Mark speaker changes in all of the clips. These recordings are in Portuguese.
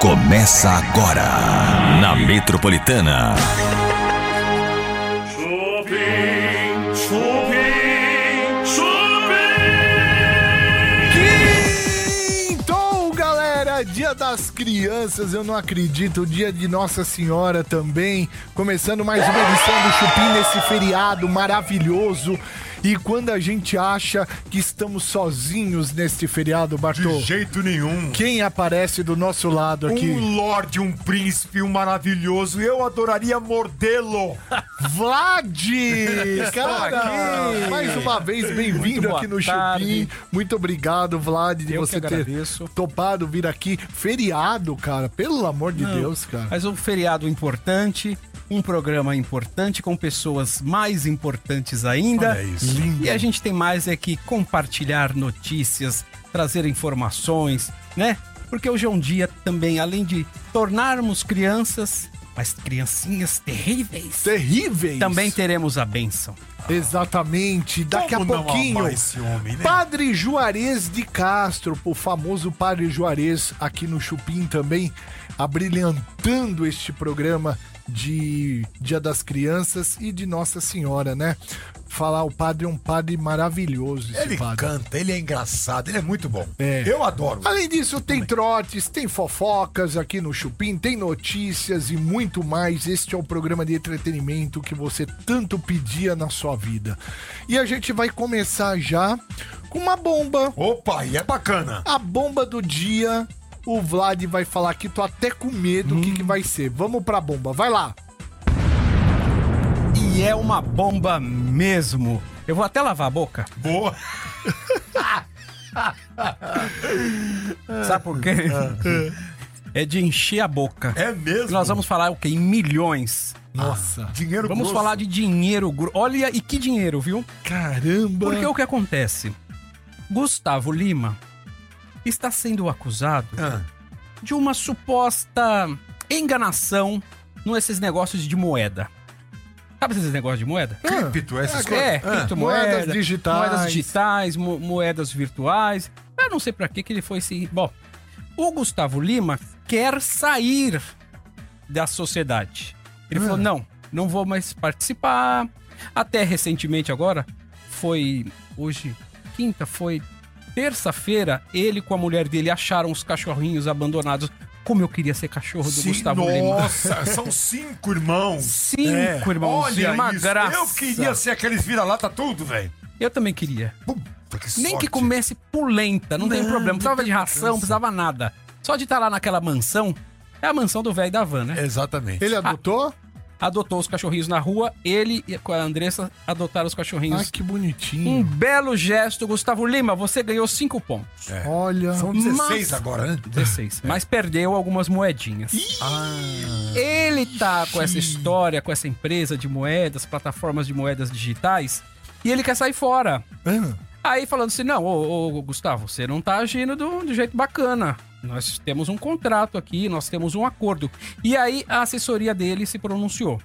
Speaker 1: Começa agora na Metropolitana.
Speaker 2: Chupim, chupim, chupim.
Speaker 3: Então, galera, dia das crianças, eu não acredito, dia de Nossa Senhora também. Começando mais uma edição do Chupim nesse feriado maravilhoso. E quando a gente acha que estamos sozinhos neste feriado,
Speaker 4: De
Speaker 3: Bartô,
Speaker 4: jeito nenhum.
Speaker 3: quem aparece do nosso lado aqui?
Speaker 4: Um lorde, um príncipe, um maravilhoso. Eu adoraria mordê-lo.
Speaker 3: Vlad! Cara, mais uma vez,
Speaker 5: Muito
Speaker 3: bem-vindo
Speaker 5: boa
Speaker 3: aqui no
Speaker 5: tarde.
Speaker 3: Chupim. Muito obrigado, Vlad, de
Speaker 5: Eu
Speaker 3: você
Speaker 5: que
Speaker 3: ter
Speaker 5: agradeço.
Speaker 3: topado vir aqui. Feriado, cara, pelo amor de Deus, cara.
Speaker 5: Mas um feriado importante, um programa importante com pessoas mais importantes ainda.
Speaker 4: Olha isso.
Speaker 5: E a gente tem mais é que compartilhar notícias, trazer informações, né? Porque hoje é um dia também, além de tornarmos crianças, mas criancinhas terríveis,
Speaker 3: terríveis.
Speaker 5: também teremos a bênção.
Speaker 3: Exatamente. Daqui
Speaker 4: Como
Speaker 3: a
Speaker 4: não
Speaker 3: pouquinho.
Speaker 4: amar esse homem, né?
Speaker 3: Padre Juarez de Castro, o famoso Padre Juarez, aqui no Chupim também, abrilhantando este programa de Dia das Crianças e de Nossa Senhora, né? Falar o padre é um padre maravilhoso, esse
Speaker 4: Ele
Speaker 3: padre.
Speaker 4: canta, ele é engraçado, ele é muito bom.
Speaker 3: É.
Speaker 4: Eu adoro.
Speaker 3: Além disso, tem trotes, tem fofocas aqui no Chupim, tem notícias e muito mais. Este é o programa de entretenimento que você tanto pedia na sua vida. E a gente vai começar já com uma bomba.
Speaker 4: Opa, e é bacana.
Speaker 3: A bomba do dia. O Vlad vai falar aqui, tô até com medo
Speaker 4: Hum.
Speaker 3: o que, que vai ser. Vamos pra bomba, vai lá.
Speaker 5: E é uma bomba mesmo. Eu vou até lavar a boca.
Speaker 4: Boa.
Speaker 5: Sabe por quê? É de encher a boca.
Speaker 4: É mesmo.
Speaker 5: Nós vamos falar o quê? Em milhões.
Speaker 3: Nossa.
Speaker 4: Dinheiro
Speaker 5: Vamos
Speaker 4: grosso.
Speaker 5: falar de dinheiro. gro- Olha, e que dinheiro, viu?
Speaker 3: Caramba.
Speaker 5: Porque o que acontece? Gustavo Lima está sendo acusado
Speaker 4: Ah,
Speaker 5: de uma suposta enganação nesses negócios de moeda. Sabe esses negócios de moeda?
Speaker 4: cripto, essas coisas.
Speaker 5: É,
Speaker 4: Ah,
Speaker 5: criptomoedas,
Speaker 3: moedas digitais.
Speaker 5: moedas digitais, mo- moedas virtuais. Eu não sei pra que que ele foi se. Bom, o Gustavo Lima quer sair da sociedade. Ele
Speaker 4: Ah.
Speaker 5: falou: não, não vou mais participar. Até recentemente agora, foi hoje, quinta, foi terça-feira, ele com a mulher dele acharam os cachorrinhos abandonados. Como eu queria ser cachorro do
Speaker 4: Sim,
Speaker 5: Gustavo Lima.
Speaker 4: nossa, são cinco irmãos.
Speaker 5: Cinco irmãos,
Speaker 4: Olha
Speaker 5: é uma
Speaker 4: isso.
Speaker 5: graça.
Speaker 4: Eu queria ser aqueles vira-lata tudo, velho.
Speaker 5: Eu também queria.
Speaker 4: Puta, que
Speaker 5: Nem que
Speaker 4: sorte.
Speaker 5: comesse pulenta, não, tem problema. Precisava de ração, precisava nada. Só de estar lá naquela mansão, é a mansão do velho da van, né?
Speaker 4: Exatamente.
Speaker 3: Ele adotou?
Speaker 5: Adotou os cachorrinhos na rua, ele e com a Andressa adotaram os
Speaker 3: Ah,
Speaker 5: cachorrinhos.
Speaker 3: que
Speaker 5: Um
Speaker 3: bonitinho.
Speaker 5: belo gesto, Gustavo Lima, você ganhou 5 pontos.
Speaker 4: É.
Speaker 3: Olha.
Speaker 4: São 16
Speaker 5: Mas-
Speaker 4: agora, né?
Speaker 3: Ah,
Speaker 5: 16. Mas perdeu algumas moedinhas. Ele tá com essa história, com essa empresa de moedas, plataformas de moedas digitais, e ele quer sair fora.
Speaker 3: Ah,
Speaker 5: Aí falando assim, não, ô, ô, Gustavo, você não tá agindo do, do jeito bacana. Nós temos um contrato aqui, nós temos um acordo. E aí a assessoria dele se pronunciou.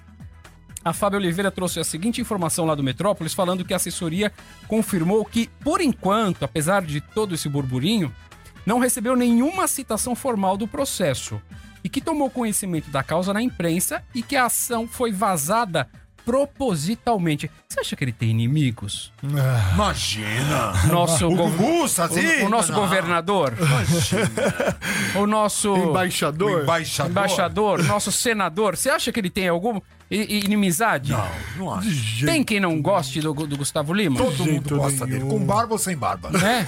Speaker 5: A Fábio Oliveira trouxe a seguinte informação lá do Metrópolis, falando que a assessoria confirmou que, por enquanto, apesar de todo esse burburinho, não recebeu nenhuma citação formal do processo e que tomou conhecimento da causa na imprensa e que a ação foi vazada propositalmente. Você acha que ele tem inimigos?
Speaker 4: Imagina. assim? Ah,
Speaker 5: Nosso
Speaker 4: O
Speaker 5: governo.
Speaker 4: Gugu, Sazi?
Speaker 5: O, o nosso
Speaker 4: Não.
Speaker 5: governador, o nosso
Speaker 3: Embaixador?
Speaker 4: O embaixador.
Speaker 5: embaixador, nosso senador, você acha que ele tem alguma i- i- inimizade?
Speaker 4: Não, não acho.
Speaker 3: De jeito
Speaker 5: Tem quem não goste do, do Gustavo Lima?
Speaker 4: Todo mundo gosta
Speaker 3: nenhum.
Speaker 4: dele. Com barba ou sem barba?
Speaker 5: Né?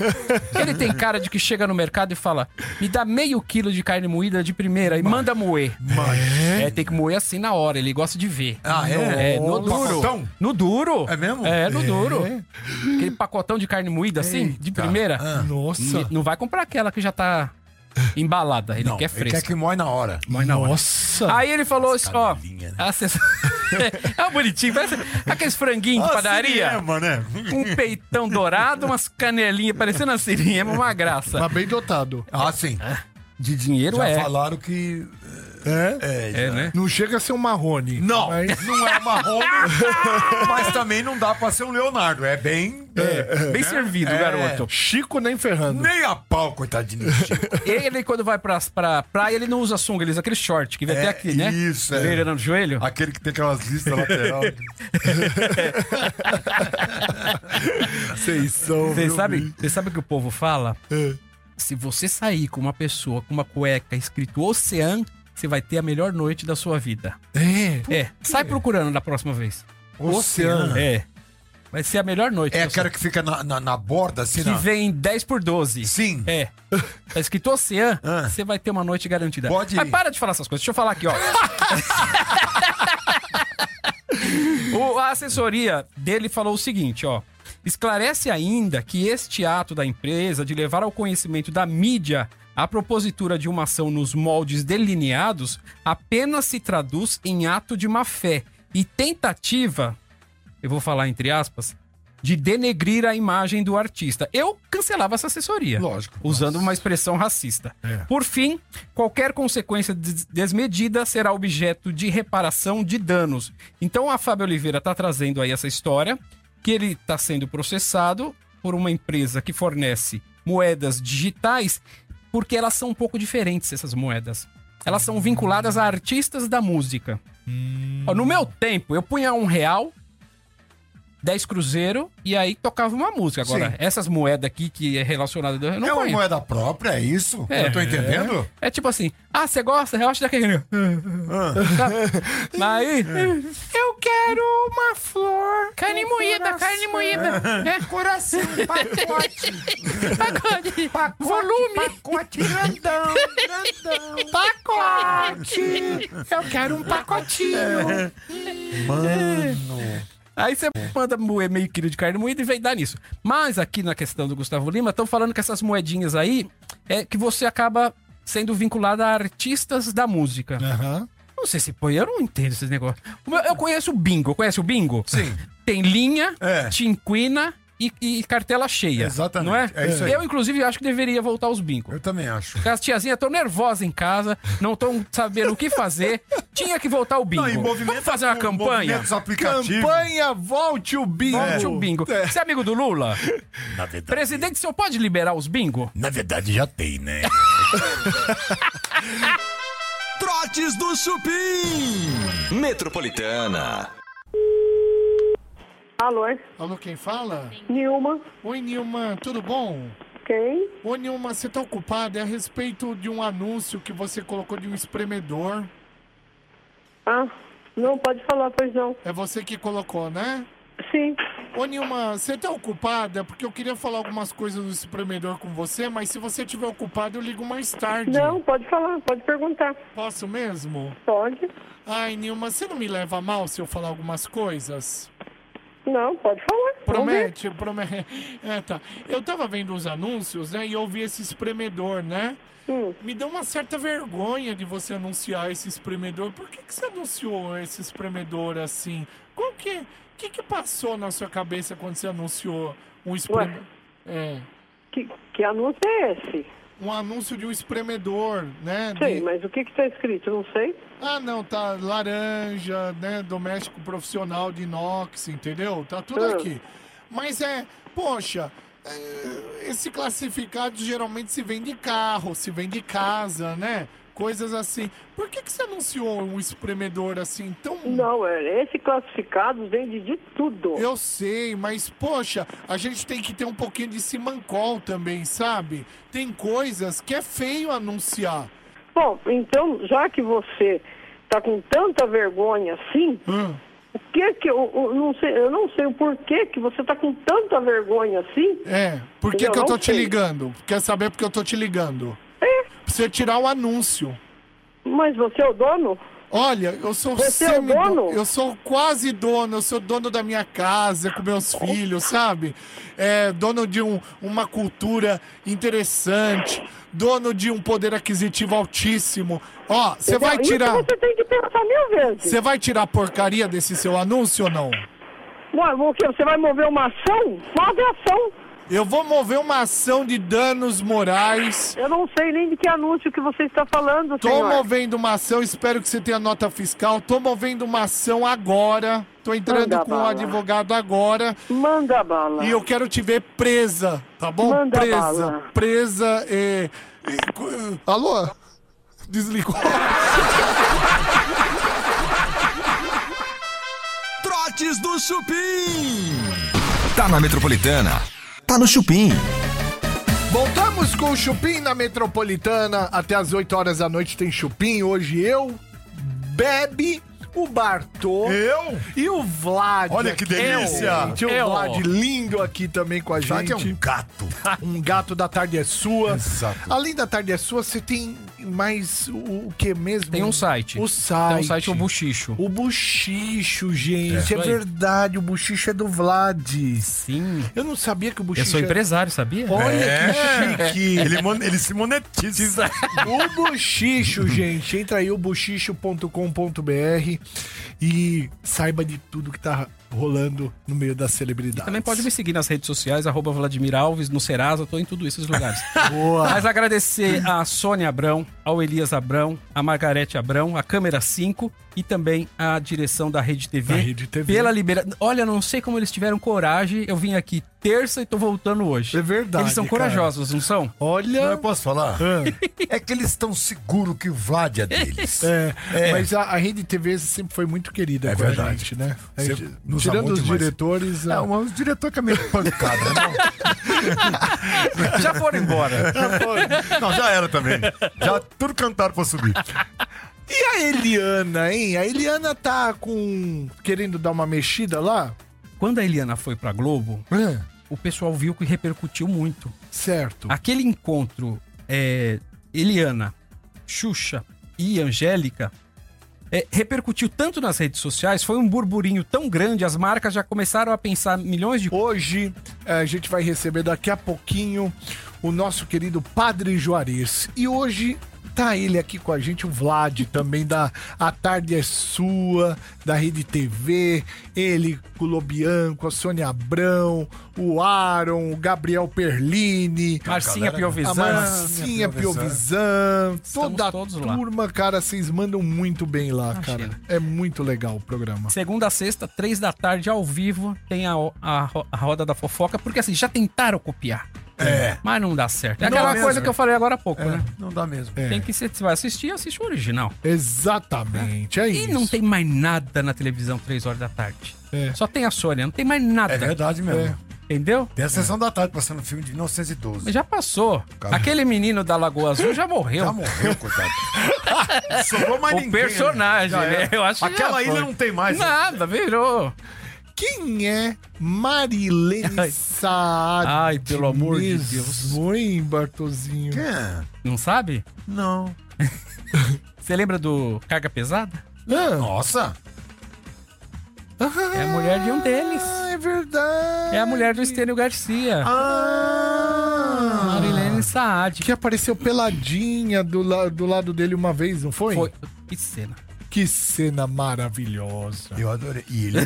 Speaker 5: Ele tem cara de que chega no mercado e fala: me dá meio quilo de carne moída de primeira e manda moer. É, tem que moer assim na hora, ele gosta de ver.
Speaker 4: Ah, é?
Speaker 5: É, no
Speaker 4: Nossa.
Speaker 5: duro.
Speaker 4: Pacotão?
Speaker 5: No duro.
Speaker 4: É mesmo?
Speaker 5: É, no duro. Aquele pacotão de carne moída assim, de primeira.
Speaker 4: Ah.
Speaker 3: Nossa.
Speaker 5: N- Não vai comprar aquela que já tá embalada. Ele
Speaker 4: Não,
Speaker 5: quer
Speaker 4: ele quer
Speaker 5: fresca.
Speaker 4: que moe na hora.
Speaker 3: Nossa.
Speaker 5: Aí ele falou isso, ó.
Speaker 4: canelinha, né?
Speaker 5: acessó- é bonitinho, parece aqueles franguinhos de padaria.
Speaker 4: Cinema, né?
Speaker 5: com Um peitão dourado, umas canelinhas parecendo a sirema, uma graça.
Speaker 3: Mas bem dotado.
Speaker 4: Ah, sim.
Speaker 5: De dinheiro
Speaker 4: Já
Speaker 5: é.
Speaker 4: falaram que eh,
Speaker 3: É?
Speaker 5: É, né?
Speaker 3: Não chega a ser um marrone.
Speaker 4: Não,
Speaker 3: Mas...
Speaker 4: não é uma Roma, mas também não dá pra ser um Leonardo. É bem.
Speaker 5: Bem servido,
Speaker 4: É.
Speaker 5: garoto.
Speaker 3: Chico nem ferrando.
Speaker 4: Nem a pau, coitadinho do Chico.
Speaker 5: Ele, quando vai pra, pra praia, ele não usa sunga, ele usa aquele short que vem
Speaker 4: É,
Speaker 5: até aqui, né?
Speaker 4: isso, é.
Speaker 5: Beirando o joelho.
Speaker 4: Aquele que tem aquelas listas lateral.
Speaker 3: Vocês são.
Speaker 5: Vocês
Speaker 3: viu,
Speaker 5: sabem
Speaker 3: bicho?
Speaker 5: você sabe o que o povo fala?
Speaker 3: É.
Speaker 5: Se você sair com uma pessoa com uma cueca escrito Ocean, você vai ter a melhor noite da sua vida.
Speaker 3: É.
Speaker 5: É, sai procurando na próxima vez.
Speaker 3: Oceano.
Speaker 5: É. Vai ser a melhor noite.
Speaker 4: É
Speaker 5: da sua-
Speaker 4: aquela que fica na, na, na borda, assim,
Speaker 5: que
Speaker 4: na...
Speaker 5: vem 10 por 12.
Speaker 4: Sim.
Speaker 5: É. Tá escrito Ocean,
Speaker 4: Ah.
Speaker 5: você vai ter uma noite garantida.
Speaker 4: Pode
Speaker 5: Mas
Speaker 4: ir.
Speaker 5: para de falar essas coisas. Deixa eu falar aqui, ó. O- a assessoria dele falou o seguinte, ó. Esclarece ainda que este ato da empresa de levar ao conhecimento da mídia a propositura de uma ação nos moldes delineados apenas se traduz em ato de má-fé e tentativa, eu vou falar entre aspas, de denegrir a imagem do artista. Eu cancelava essa assessoria
Speaker 3: Lógico.
Speaker 5: usando uma expressão racista.
Speaker 4: É.
Speaker 5: Por fim, qualquer consequência des- desmedida será objeto de reparação de danos. Então a Fábio Oliveira está trazendo aí essa história que ele está sendo processado por uma empresa que fornece moedas digitais, porque elas são um pouco diferentes essas moedas. Elas são vinculadas a artistas da música.
Speaker 4: Hum.
Speaker 5: Ó, no meu tempo, eu punha um real, 10 cruzeiro, e aí tocava uma música. Agora,
Speaker 4: Sim.
Speaker 5: essas moedas aqui que é relacionada. Eu não
Speaker 4: é uma
Speaker 5: conheço.
Speaker 4: moeda própria, é isso?
Speaker 5: É.
Speaker 4: Eu tô entendendo?
Speaker 5: É tipo assim, ah, você gosta? Relaxa daquele. Sabe? Aí. Eu quero uma flor. Carne moída, carne moída. É. Coração, pacote. pacote. Volume. Pacote grandão, grandão. Pacote. Eu quero um pacotinho. É.
Speaker 4: Mano.
Speaker 5: Aí você manda moer meio quilo de carne moída e vem dar nisso. Mas aqui na questão do Gustavo Lima, estão falando que essas moedinhas aí é que você acaba sendo vinculado a artistas da música.
Speaker 3: Aham.
Speaker 5: Não sei se põe, eu não entendo esses negócios. O meu- Eu conheço o bingo, conhece o bingo?
Speaker 4: Sim.
Speaker 5: Tem linha,
Speaker 4: É.
Speaker 5: tinquina e, e cartela cheia.
Speaker 4: Exatamente,
Speaker 5: Não é?
Speaker 4: é isso aí.
Speaker 5: Eu, inclusive, acho que deveria voltar aos bingos.
Speaker 4: Eu também acho.
Speaker 5: Porque As tiazinhas estão nervosas em casa, não estão sabendo o que fazer. Tinha que voltar o bingo.
Speaker 4: Não, e movimenta
Speaker 5: Vamos fazer uma
Speaker 4: com
Speaker 5: campanha?
Speaker 4: movimentos aplicativos.
Speaker 3: Campanha Volte o Bingo.
Speaker 5: Volte o bingo. Você é amigo do Lula?
Speaker 6: Na verdade,
Speaker 5: Presidente, o senhor pode liberar os bingo?
Speaker 6: na verdade já tem, né?
Speaker 1: Trotes do Chupim. Metropolitana.
Speaker 7: Alô, é
Speaker 3: Alô, quem fala?
Speaker 7: Nilma,
Speaker 3: Oi, Nilma, tudo bom?
Speaker 7: quem?
Speaker 3: Ô, Nilma, você tá ocupada? É a respeito de um anúncio que você colocou de um espremedor.
Speaker 7: Ah, não pode falar, pois não.
Speaker 3: É você que colocou, né?
Speaker 7: Sim,
Speaker 3: Ô, Nilma, você tá ocupada? Porque eu queria falar algumas coisas do espremedor com você, mas se você estiver ocupada, eu ligo mais tarde.
Speaker 7: não, pode falar, pode perguntar.
Speaker 3: Posso mesmo?
Speaker 7: Pode?
Speaker 3: Ai, Nilma, você não me leva a mal se eu falar algumas coisas?
Speaker 7: Não, pode falar. Vamos ver.
Speaker 3: Promete, promete. É, tá. Eu tava vendo os anúncios, né? E eu vi esse espremedor, né?
Speaker 7: Hum.
Speaker 3: Me deu uma certa vergonha de você anunciar esse espremedor. Por que, que você anunciou esse espremedor assim? Qual que. O que, que passou na sua cabeça quando você anunciou um espremedor? É.
Speaker 7: Que, que anúncio é esse?
Speaker 3: Um anúncio de um espremedor, né? de-
Speaker 7: Sei, mas o que que tá escrito? Não sei.
Speaker 3: Ah, não, tá laranja, né? Doméstico profissional de inox, entendeu? Tá tudo
Speaker 7: Ah.
Speaker 3: aqui. Mas é, poxa, é, esse classificado geralmente se vende carro, se vende casa, né? Coisas assim. Por que, que você anunciou um espremedor assim tão.
Speaker 7: Não, é, esse classificado vende de tudo.
Speaker 3: Eu sei, mas poxa, a gente tem que ter um pouquinho de simancol também, sabe? Tem coisas que é feio anunciar.
Speaker 7: Bom, então, já que você tá com tanta vergonha assim,
Speaker 3: Hum.
Speaker 7: o que que eu, eu não sei, eu não sei o porquê que você tá com tanta vergonha assim?
Speaker 3: É, por que,
Speaker 7: Eu
Speaker 3: que eu
Speaker 7: não
Speaker 3: tô te
Speaker 7: sei. É.
Speaker 3: ligando? Quer saber por que eu tô te ligando? Pra você tirar o anúncio.
Speaker 7: Mas você é o dono?
Speaker 3: Olha, eu sou
Speaker 7: Você é o
Speaker 3: semido-
Speaker 7: dono?
Speaker 3: Eu sou quase dono, eu sou dono da minha casa, com meus filhos, sabe? É, dono de um- uma cultura interessante, dono de um poder aquisitivo altíssimo. Ó, você vai
Speaker 7: Então,
Speaker 3: tirar.
Speaker 7: Isso você tem que pensar mil vezes.
Speaker 3: Você vai tirar a porcaria desse seu anúncio ou não?
Speaker 7: é Ué, o quê? Você vai mover uma ação? Faz é a ação.
Speaker 8: Eu vou mover uma ação de danos morais.
Speaker 7: Eu não sei nem de que anúncio que você está falando,
Speaker 8: Tô
Speaker 7: senhor.
Speaker 8: movendo uma ação, espero que você tenha nota fiscal. Tô movendo uma ação agora. Tô entrando
Speaker 7: Manda
Speaker 8: com o
Speaker 7: bala.
Speaker 8: advogado agora.
Speaker 7: Manda bala.
Speaker 8: E eu quero te ver presa, tá bom?
Speaker 7: Manda
Speaker 8: presa.
Speaker 7: bala.
Speaker 8: Presa é. Alô? Desligou.
Speaker 1: Trotes do Chupim. Tá na Metropolitana. Tá no Chupim.
Speaker 3: Voltamos com o Chupim na Metropolitana. Até as 8 horas da noite tem Chupim. Hoje eu, Bebe, o Bartô
Speaker 4: Eu?
Speaker 3: e o Vlad.
Speaker 4: Olha que delícia.
Speaker 3: Gente, o
Speaker 5: Eu.
Speaker 3: Vlad lindo aqui também com a
Speaker 6: Vlad
Speaker 3: gente.
Speaker 6: é um gato.
Speaker 3: Um gato da tarde é sua.
Speaker 6: Exato.
Speaker 3: Além da tarde é sua, você tem mais o, o que mesmo?
Speaker 5: Tem um site.
Speaker 3: O site.
Speaker 5: Tem um site, o Buchicho.
Speaker 3: O Buchicho, gente.
Speaker 5: É.
Speaker 3: É, verdade, o Buchicho é do Vlad.
Speaker 5: Sim.
Speaker 3: Eu não sabia que o
Speaker 5: Eu
Speaker 3: Buchicho
Speaker 5: sou
Speaker 3: era-
Speaker 5: empresário, sabia?
Speaker 3: Olha
Speaker 6: É.
Speaker 3: que chique.
Speaker 4: É, Chique. Ele, mon- ele se monetiza.
Speaker 3: O Buchicho, gente. Entra aí, o buchicho.com.br e saiba de tudo que tá rolando no meio das celebridades.
Speaker 5: Também pode me seguir nas redes sociais, arroba Vladimir Alves, no Serasa, tô em tudo isso, esses lugares.
Speaker 3: Boa.
Speaker 5: Mas agradecer a Sônia Abrão, ao Elias Abrão, a Margarete Abrão, a Câmera 5 e também a direção da Rede TV.
Speaker 3: Da Rede TV.
Speaker 5: Pela liberação. Olha, não sei como eles tiveram coragem. Eu vim aqui terça e tô voltando hoje.
Speaker 3: É verdade,
Speaker 5: Eles são
Speaker 3: cara.
Speaker 5: corajosos, não são?
Speaker 6: Não,
Speaker 3: Olha. Ah,
Speaker 6: eu posso falar? É que eles estão seguros que o Vlad é deles.
Speaker 3: É,
Speaker 6: É.
Speaker 3: mas a, a Rede TV sempre foi muito querida
Speaker 6: É
Speaker 3: com a
Speaker 6: verdade.
Speaker 3: gente, né? A
Speaker 6: Você
Speaker 3: gente-
Speaker 6: nos
Speaker 3: tirando
Speaker 6: amou
Speaker 3: os
Speaker 6: demais.
Speaker 3: diretores.
Speaker 6: É,
Speaker 3: a-
Speaker 6: um um diretor que é meio pancada, né?
Speaker 5: Já foram embora.
Speaker 4: Não, já era também. Já tudo cantaram pra subir.
Speaker 3: E a Eliana, hein? A Eliana tá com. querendo dar uma mexida lá?
Speaker 5: Quando a Eliana foi pra Globo,
Speaker 3: Hã?
Speaker 6: É.
Speaker 5: o pessoal viu que repercutiu muito.
Speaker 3: Certo.
Speaker 5: Aquele encontro é, Eliana, Xuxa e Angélica é, repercutiu tanto nas redes sociais, foi um burburinho tão grande, as marcas já começaram a pensar milhões de
Speaker 3: Hoje eh, a gente vai receber daqui a pouquinho o nosso querido Padre Juarez. E hoje tá ele aqui com a gente, o Vlad, também da A Tarde é Sua, da Rede TV, ele, com o Lobianco, a Sônia Abrão, o Aaron, o Gabriel Perlini.
Speaker 5: Marcinha
Speaker 3: A
Speaker 5: Piovesan.
Speaker 3: Ah, Marcinha Piovisan, toda a
Speaker 5: todos lá.
Speaker 3: turma, cara, vocês mandam muito bem lá, cara.
Speaker 5: Imagina.
Speaker 3: É muito legal o programa.
Speaker 5: Segunda a sexta, três da tarde, ao vivo, tem a, o- a ro- a roda da fofoca, porque assim, já tentaram copiar. É. Mas não dá certo. É aquela coisa que eu falei agora há pouco, né?
Speaker 6: Não dá mesmo.
Speaker 5: Tem que ser, se vai assistir, assiste o original.
Speaker 3: Exatamente, é
Speaker 5: E
Speaker 3: isso.
Speaker 5: não tem mais nada na televisão três horas da tarde.
Speaker 3: É.
Speaker 5: Só tem a Sônia, não tem mais nada.
Speaker 6: É verdade mesmo.
Speaker 5: Entendeu?
Speaker 6: Tem a sessão da tarde passando um filme de 1912.
Speaker 5: Mas já passou. Aquele menino da Lagoa Azul já morreu.
Speaker 6: Já morreu, coitado.
Speaker 4: Sobrou mais
Speaker 5: o
Speaker 4: ninguém.
Speaker 5: personagem,
Speaker 4: Já
Speaker 5: né?
Speaker 6: é.
Speaker 4: era.
Speaker 5: Eu acho que já
Speaker 4: Aquela ilha
Speaker 5: foi.
Speaker 4: não tem mais.
Speaker 6: né?
Speaker 5: Nada, virou.
Speaker 3: Quem é Marilene
Speaker 5: Ai.
Speaker 3: Saad?
Speaker 5: Ai, pelo amor de
Speaker 3: mesmo,
Speaker 5: Deus.
Speaker 3: Hein, Bartozinho?
Speaker 6: É.
Speaker 5: Não sabe?
Speaker 6: Não.
Speaker 5: Você lembra do Carga Pesada?
Speaker 3: Ah,
Speaker 6: Nossa.
Speaker 5: É a mulher de um deles.
Speaker 3: ah, é verdade.
Speaker 5: É a mulher do Estênio Garcia.
Speaker 3: Ah,
Speaker 5: Marilene Saad.
Speaker 3: que apareceu peladinha do, la- do lado dele uma vez, não foi?
Speaker 5: Foi. Que cena.
Speaker 3: Que cena maravilhosa.
Speaker 6: Eu adorei. E ele.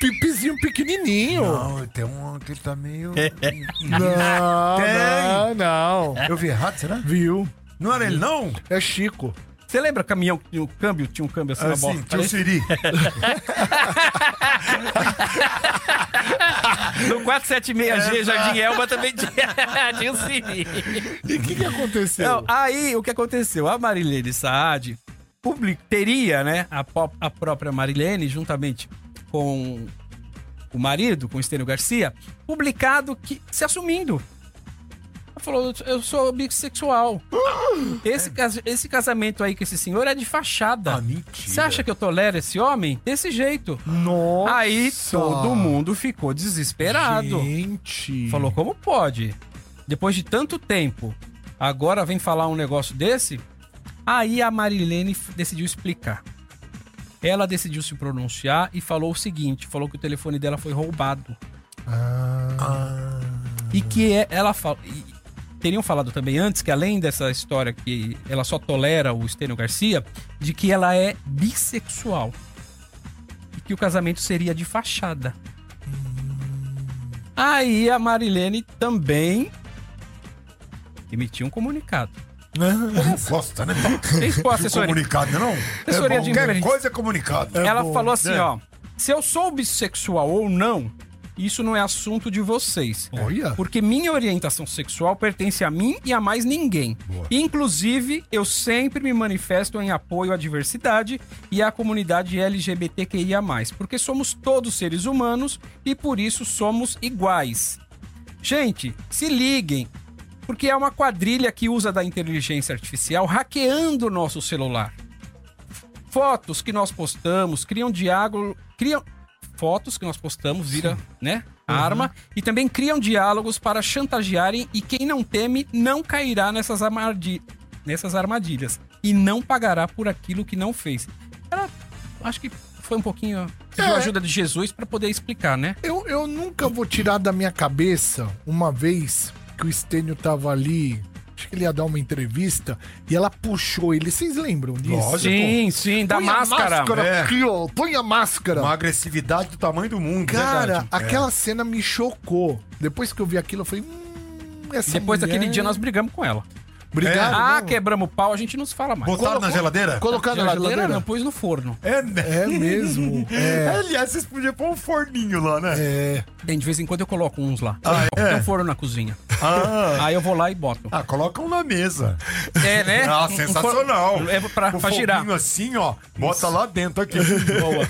Speaker 3: Pipizinho pequenininho.
Speaker 6: Não, tem um que ele tá meio.
Speaker 5: É.
Speaker 3: Não,
Speaker 6: Tem.
Speaker 3: não, não.
Speaker 6: Eu vi errado, será?
Speaker 3: Viu?
Speaker 4: Não era ele, não?
Speaker 3: É Chico.
Speaker 5: Você lembra o caminhão que tinha o câmbio? Tinha um câmbio assim, na
Speaker 4: Assim,
Speaker 5: bola.
Speaker 4: tio Siri.
Speaker 5: No 476G, Jardim Elba também tinha, tinha o Siri.
Speaker 3: E o que, que aconteceu?
Speaker 5: Não, É, aí o que aconteceu? A Marilene Saad public, teria, né? A, pó- a própria Marilene, juntamente com o marido, com o Estênio Garcia, publicado que se assumindo. Ela falou: eu sou bissexual. Esse, cas- esse casamento aí com esse senhor é de fachada.
Speaker 6: Ah, mentira.
Speaker 5: Você acha que eu tolero esse homem? Desse jeito.
Speaker 3: Nossa.
Speaker 5: Aí todo mundo ficou desesperado.
Speaker 3: Gente.
Speaker 5: Falou, como pode? Depois de tanto tempo, agora vem falar um negócio desse? Aí a Marilene f- decidiu explicar. Ela decidiu se pronunciar e falou o seguinte: falou que o telefone dela foi roubado. E que é- ela fala. e Teriam falado também antes que, além dessa história que ela só tolera o Estênio Garcia, de que ela é bissexual. E que o casamento seria de fachada. Aí a Marilene também emitiu um comunicado.
Speaker 6: Gosta, né?
Speaker 5: Vocês pô, assessoria.
Speaker 6: Comunicado, não?
Speaker 5: Assessoria de
Speaker 6: Qualquer
Speaker 5: imagem.
Speaker 6: coisa é comunicado.
Speaker 5: Ela falou
Speaker 4: É.
Speaker 5: assim, ó. Se eu sou bissexual ou não, isso não é assunto de vocês.
Speaker 3: Olha.
Speaker 5: Porque minha orientação sexual pertence a mim e a mais ninguém. Inclusive, eu sempre me manifesto em apoio à diversidade e à comunidade LGBTQIA+, porque somos todos seres humanos e por isso somos iguais. Gente, se liguem, porque é uma quadrilha que usa da inteligência artificial hackeando o nosso celular. Fotos que nós postamos criam diálogo, criam fotos que nós postamos vira, né, arma
Speaker 3: Uhum.
Speaker 5: e também criam diálogos para chantagearem e quem não teme não cairá nessas armadilhas, nessas armadilhas e não pagará por aquilo que não fez. Ela acho que foi um pouquinho
Speaker 3: É.
Speaker 5: pediu a ajuda de Jesus para poder explicar, né?
Speaker 3: Eu, eu nunca vou tirar da minha cabeça uma vez que o Estênio tava ali, acho que ele ia dar uma entrevista, e ela puxou ele. Vocês lembram disso?
Speaker 5: Sim, sim, da
Speaker 3: Põe a
Speaker 5: máscara.
Speaker 3: máscara
Speaker 4: É.
Speaker 3: aqui, ó. Põe a máscara.
Speaker 4: Uma agressividade do tamanho do mundo.
Speaker 6: né,
Speaker 3: Cara,
Speaker 4: verdade. É.
Speaker 3: aquela cena me chocou. Depois que eu vi aquilo, eu falei. Hum, essa
Speaker 5: Depois
Speaker 3: mulher-
Speaker 5: daquele dia nós brigamos com ela.
Speaker 4: É.
Speaker 3: Obrigado.
Speaker 5: Ah,
Speaker 3: né?
Speaker 5: quebramos o pau, a gente não se fala mais.
Speaker 4: Botaram na geladeira?
Speaker 3: Colocar na geladeira?
Speaker 5: não, pus no forno.
Speaker 4: É, né?
Speaker 3: É mesmo. É.
Speaker 4: Aliás, vocês podiam pôr um forninho lá, né?
Speaker 3: é.
Speaker 5: Tem, de vez em quando eu coloco uns lá. Tem um forno na cozinha.
Speaker 4: é?
Speaker 3: É.
Speaker 4: Ah,
Speaker 5: Aí eu vou lá e boto.
Speaker 4: ah, colocam na mesa.
Speaker 5: É, né?
Speaker 4: Ah,
Speaker 5: Um- um
Speaker 4: sensacional.
Speaker 5: forno- É pra,
Speaker 4: O
Speaker 5: pra girar.
Speaker 4: foguinho assim, ó. Bota lá dentro aqui. Boa.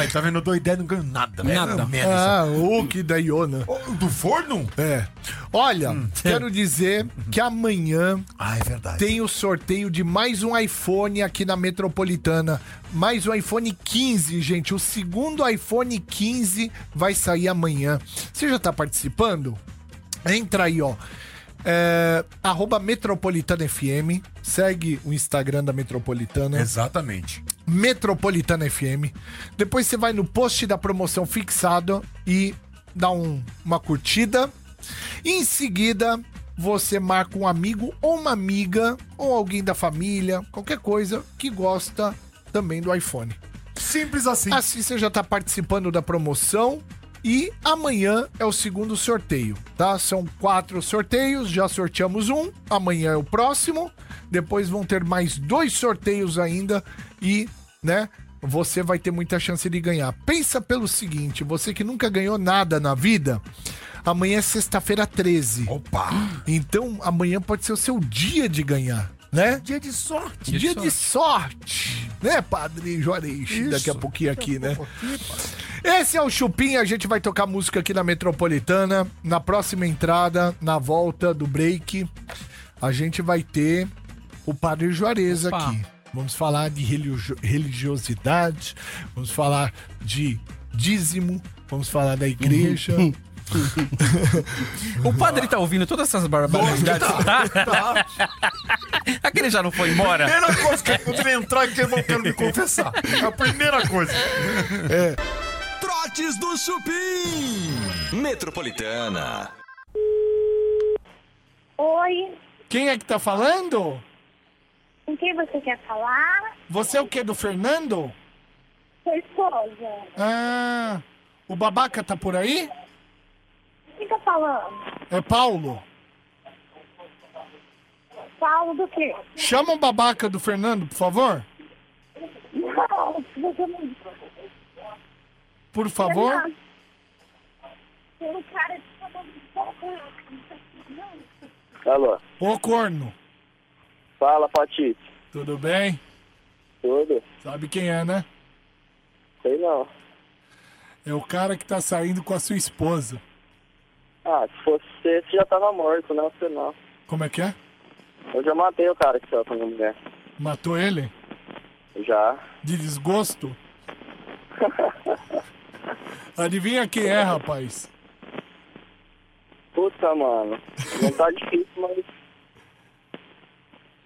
Speaker 4: Aí, tá vendo? Eu dou ideia, não ganho nada. né?
Speaker 5: Nada.
Speaker 4: Merda, isso
Speaker 3: Ah, o que da Iona.
Speaker 4: Ô, Do forno?
Speaker 3: É. Olha,
Speaker 4: Hum.
Speaker 3: quero dizer que amanhã
Speaker 4: Ah, é verdade.
Speaker 3: tem o sorteio de mais um iPhone aqui na Metropolitana. Mais um iPhone 15, gente. O segundo iPhone 15 vai sair amanhã. Você já tá participando? Entra aí, ó. É, arroba Metropolitana FM. Segue o Instagram da Metropolitana.
Speaker 4: Exatamente.
Speaker 3: Metropolitana FM. Depois você vai no post da promoção fixado e dá um- uma curtida. Em seguida, você marca um amigo ou uma amiga ou alguém da família, qualquer coisa que gosta também do iPhone.
Speaker 4: Simples assim.
Speaker 3: Assim você já tá participando da promoção. E amanhã é o segundo sorteio, tá? São quatro sorteios, já sorteamos um, amanhã é o próximo. Depois vão ter mais dois sorteios ainda e, né, você vai ter muita chance de ganhar. Pensa pelo seguinte, você que nunca ganhou nada na vida, amanhã é sexta-feira 13.
Speaker 4: Opa!
Speaker 3: Então amanhã pode ser o seu dia de ganhar, né?
Speaker 4: Dia de sorte.
Speaker 3: Dia, de sorte. Né, Padre Juarez? Daqui a pouquinho aqui, né? Esse é o Chupim, a gente vai tocar música aqui na Metropolitana. Na próxima entrada, na volta do break, a gente vai ter o Padre Juarez
Speaker 5: Opa.
Speaker 3: aqui. Vamos falar de religio- religiosidade, vamos falar de dízimo, vamos falar da igreja.
Speaker 5: O padre tá ouvindo todas essas
Speaker 3: Tá,
Speaker 5: barbaridades. Aquele já não foi embora?
Speaker 4: Primeira coisa que eu tenho entrar aqui, eu não quero me confessar. É a primeira coisa.
Speaker 1: Trotes do Chupim. Metropolitana.
Speaker 9: Oi,
Speaker 8: Quem é que tá falando?
Speaker 9: com quem você quer falar?
Speaker 8: Você é o quê? Do Fernando?
Speaker 9: Sua esposa.
Speaker 8: Ah, o babaca tá por aí?
Speaker 9: Fica falando.
Speaker 8: É Paulo.
Speaker 9: Paulo do quê?
Speaker 8: Chama o babaca do Fernando, por favor.
Speaker 9: Não, você não. Você
Speaker 8: Por favor.
Speaker 9: não- Tem um né? cara de cabelo de fogo. Não.
Speaker 10: Alô,
Speaker 8: Ô, corno.
Speaker 10: fala Patito,
Speaker 8: Tudo bem?
Speaker 10: tudo?
Speaker 8: Sabe quem é, né?
Speaker 10: Sei não.
Speaker 8: É o cara que tá saindo com a sua esposa.
Speaker 10: Ah, se fosse você, você já tava morto, né? Você não.
Speaker 8: Como é que é?
Speaker 10: Eu já matei o cara que saiu com a minha mulher.
Speaker 8: Matou ele?
Speaker 10: Já.
Speaker 8: De desgosto? Adivinha quem é, rapaz?
Speaker 10: Puta, mano. Não tá difícil, mas.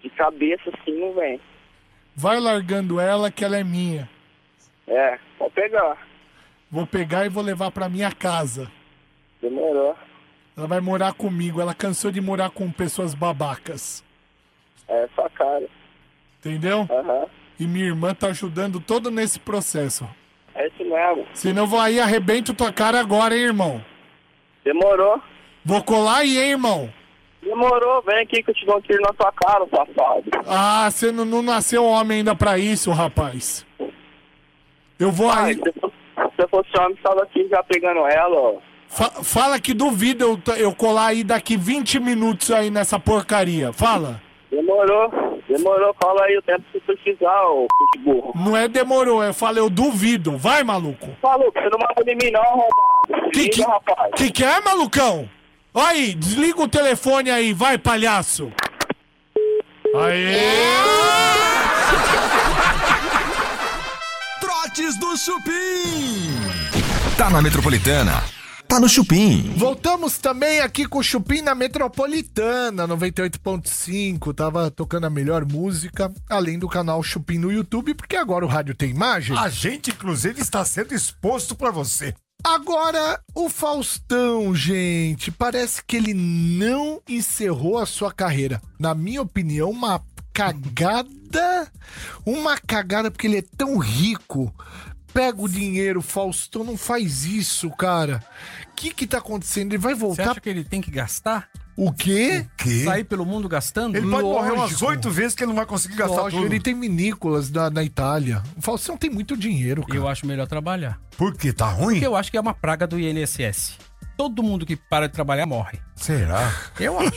Speaker 10: De cabeça assim não vem.
Speaker 8: Vai largando ela que ela é minha.
Speaker 10: É, pode pegar.
Speaker 8: Vou pegar e vou levar pra minha casa.
Speaker 10: Demorou.
Speaker 8: Ela vai morar comigo. Ela cansou de morar com pessoas babacas.
Speaker 10: É, sua cara.
Speaker 8: Entendeu?
Speaker 10: Aham.
Speaker 8: E minha irmã tá ajudando todo nesse processo.
Speaker 10: É isso mesmo.
Speaker 8: Senão eu vou aí arrebento tua cara agora, hein, irmão?
Speaker 10: Demorou.
Speaker 8: Vou colar aí, hein, irmão?
Speaker 10: Demorou, vem aqui que eu te dou um tiro na sua cara, safado.
Speaker 8: Ah, você não, não nasceu homem ainda pra isso, rapaz. Eu vou
Speaker 7: Ah,
Speaker 8: aí.
Speaker 7: então-
Speaker 10: Se eu fosse- se eu fosse homem, estava aqui já pegando ela, ó.
Speaker 8: Fa- fala que duvida eu, t- eu colar aí daqui 20 minutos aí nessa porcaria. Fala.
Speaker 10: Demorou. Demorou, cola aí o tempo que precisar, ô c- de burro.
Speaker 8: Não é demorou, eu falei, eu duvido. Vai, maluco.
Speaker 10: Maluco, você não manda de mim não, arrombado.
Speaker 8: Que que,
Speaker 10: Liga, rapaz.
Speaker 8: que que é, malucão? Ó Aí, desliga o telefone aí, vai, palhaço.
Speaker 1: Trotes do Chupim. Tá na Metropolitana. Tá no Chupim.
Speaker 3: Voltamos também aqui com o Chupim na Metropolitana 98.5. Tava tocando a melhor música, além do canal Chupim no YouTube, porque agora o rádio tem imagem.
Speaker 4: A gente, inclusive, está sendo exposto pra você.
Speaker 3: Agora, o Faustão, gente, parece que ele não encerrou a sua carreira. Na minha opinião, uma cagada. Uma cagada, porque ele é tão rico. Pega o dinheiro, Faustão, não faz isso, cara. O que que tá acontecendo? Ele vai
Speaker 5: Você
Speaker 3: voltar.
Speaker 5: acha que ele tem que gastar?
Speaker 3: O quê?
Speaker 4: Que?
Speaker 5: Sair pelo mundo gastando?
Speaker 4: Ele pode morrer umas
Speaker 3: Lógico.
Speaker 4: oito vezes que ele não vai conseguir gastar
Speaker 3: Lógico,
Speaker 4: tudo.
Speaker 3: ele tem vinícolas na, na Itália. O Faustão tem muito dinheiro, cara.
Speaker 5: Eu acho melhor trabalhar.
Speaker 4: Por quê? Tá ruim?
Speaker 5: Porque eu acho que é uma praga do INSS. Todo mundo que para de trabalhar morre.
Speaker 4: Será?
Speaker 5: Eu acho.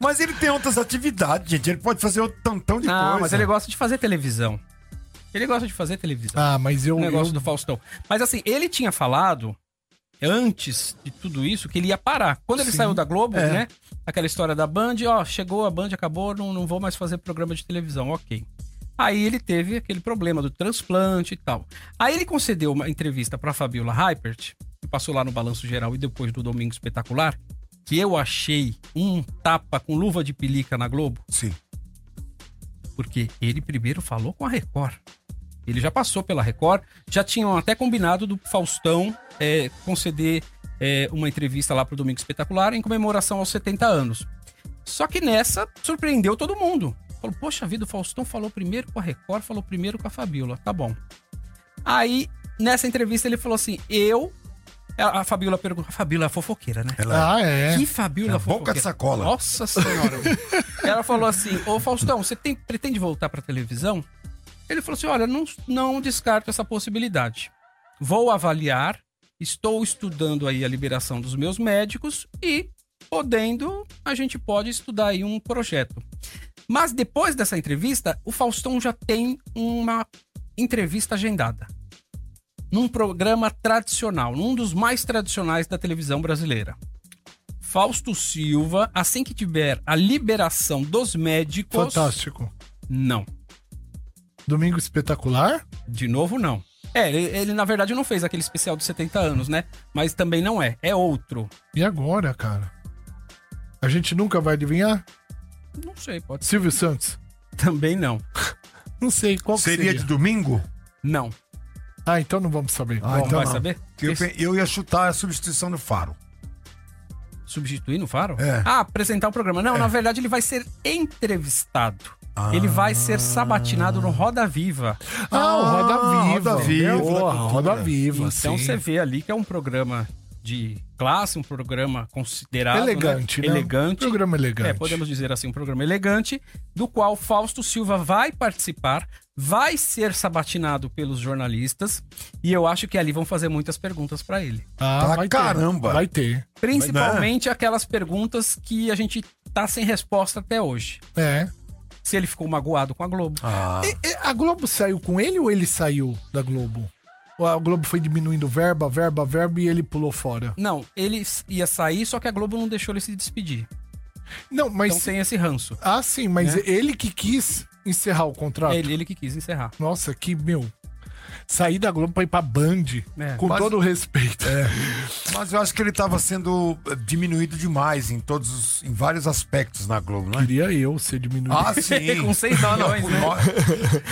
Speaker 4: Mas ele tem outras atividades, gente. Ele pode fazer outro tantão de
Speaker 5: Não,
Speaker 4: coisa.
Speaker 5: Ah, mas ele é gosta de fazer televisão. Ele gosta de fazer televisão.
Speaker 3: Ah, mas eu.
Speaker 5: o negócio
Speaker 3: eu-
Speaker 5: do Faustão. Mas assim, ele tinha falado antes de tudo isso que ele ia parar. Quando ele saiu da Globo,
Speaker 3: é.
Speaker 5: né? Aquela história da Band, ó, chegou a Band, acabou, não, não vou mais fazer programa de televisão, ok. Aí ele teve aquele problema do transplante e tal. Aí ele concedeu uma entrevista pra Fabiola Hypert, que passou lá no Balanço Geral e depois do Domingo Espetacular, que eu achei um tapa com luva de pelica na Globo.
Speaker 4: Sim.
Speaker 5: Porque ele primeiro falou com a Record. Ele já passou pela Record, já tinham até combinado do Faustão é, conceder é, uma entrevista lá pro Domingo Espetacular em comemoração aos 70 anos. Só que nessa surpreendeu todo mundo. Falou, poxa vida, o Faustão falou primeiro com a Record, falou primeiro com a Fabiola, tá bom. Aí, nessa entrevista, ele falou assim: eu. A a Fabiola perguntou. A Fabiola é fofoqueira, né?
Speaker 3: Ah, é.
Speaker 5: Que Fabiola
Speaker 4: boca
Speaker 5: fofoqueira.
Speaker 4: de sacola.
Speaker 5: Nossa senhora. Ela falou assim: Ô Faustão, você tem- pretende voltar pra televisão? Ele falou assim: Olha, não, não descarto essa possibilidade. Vou avaliar, estou estudando aí a liberação dos meus médicos e, podendo, a gente pode estudar aí um projeto. Mas depois dessa entrevista, o Faustão já tem uma entrevista agendada. Num programa tradicional, num dos mais tradicionais da televisão brasileira. Fausto Silva, assim que tiver a liberação dos médicos.
Speaker 3: Fantástico.
Speaker 5: Não.
Speaker 3: Domingo espetacular?
Speaker 5: De novo, não. É, ele, ele, na verdade não fez aquele especial dos 70 anos, né? Mas também não é. É outro.
Speaker 3: E agora, cara? A gente nunca vai adivinhar?
Speaker 5: Não sei, pode ser.
Speaker 3: Silvio Santos?
Speaker 5: Também não.
Speaker 3: Não sei qual que
Speaker 4: Seria
Speaker 3: seria.
Speaker 4: de domingo?
Speaker 5: Não.
Speaker 3: Ah, então não vamos saber.
Speaker 4: Ah,
Speaker 5: Bom,
Speaker 4: então
Speaker 5: vai
Speaker 4: não.
Speaker 5: saber?
Speaker 4: Que eu,
Speaker 5: Esse-
Speaker 4: pe- eu ia chutar a substituição do Faro.
Speaker 5: Substituir no Faro?
Speaker 4: É.
Speaker 5: Ah, apresentar o programa.
Speaker 3: É.
Speaker 5: Não, na verdade ele vai ser entrevistado. Ele vai ser sabatinado no Roda Viva.
Speaker 3: Ah, o Roda Viva.
Speaker 4: Roda Viva,
Speaker 3: Porra,
Speaker 4: cultura.
Speaker 3: Roda Viva.
Speaker 5: Então
Speaker 3: sim.
Speaker 5: você vê ali que é um programa de classe, um programa considerado. né?
Speaker 3: Elegante, né?
Speaker 5: Elegante.
Speaker 3: Programa elegante.
Speaker 5: É, podemos dizer assim, um programa elegante, do qual Fausto Silva vai participar, vai ser sabatinado pelos jornalistas, e eu acho que ali vão fazer muitas perguntas pra ele.
Speaker 3: Ah, é.
Speaker 4: Pra
Speaker 3: vai
Speaker 4: caramba.
Speaker 3: Ter. Vai ter.
Speaker 5: Principalmente aquelas perguntas que a gente tá sem resposta até hoje.
Speaker 3: É.
Speaker 5: Se ele ficou magoado com a Globo.
Speaker 3: Ah.
Speaker 4: Ah.
Speaker 3: E- e a Globo saiu com ele ou ele saiu da Globo? Ou a Globo foi diminuindo verba, verba, verba e ele pulou fora?
Speaker 5: Não, ele s- ia sair, só que a Globo não deixou ele se despedir.
Speaker 3: Não, mas.
Speaker 5: Então tem esse ranço.
Speaker 3: Ah, sim, mas ele que quis encerrar o contrato.
Speaker 5: É Né? ele, ele que quis encerrar.
Speaker 3: Nossa, que, meu. Sair da Globo pra ir pra Band.
Speaker 5: É.
Speaker 3: com
Speaker 4: Mas-
Speaker 3: todo o respeito.
Speaker 4: Mas eu acho que ele tava sendo eh, diminuído demais em todos os, em vários aspectos na Globo, né?
Speaker 3: Queria eu ser diminuído.
Speaker 4: Ah, sim.
Speaker 5: Com seis milhões, né?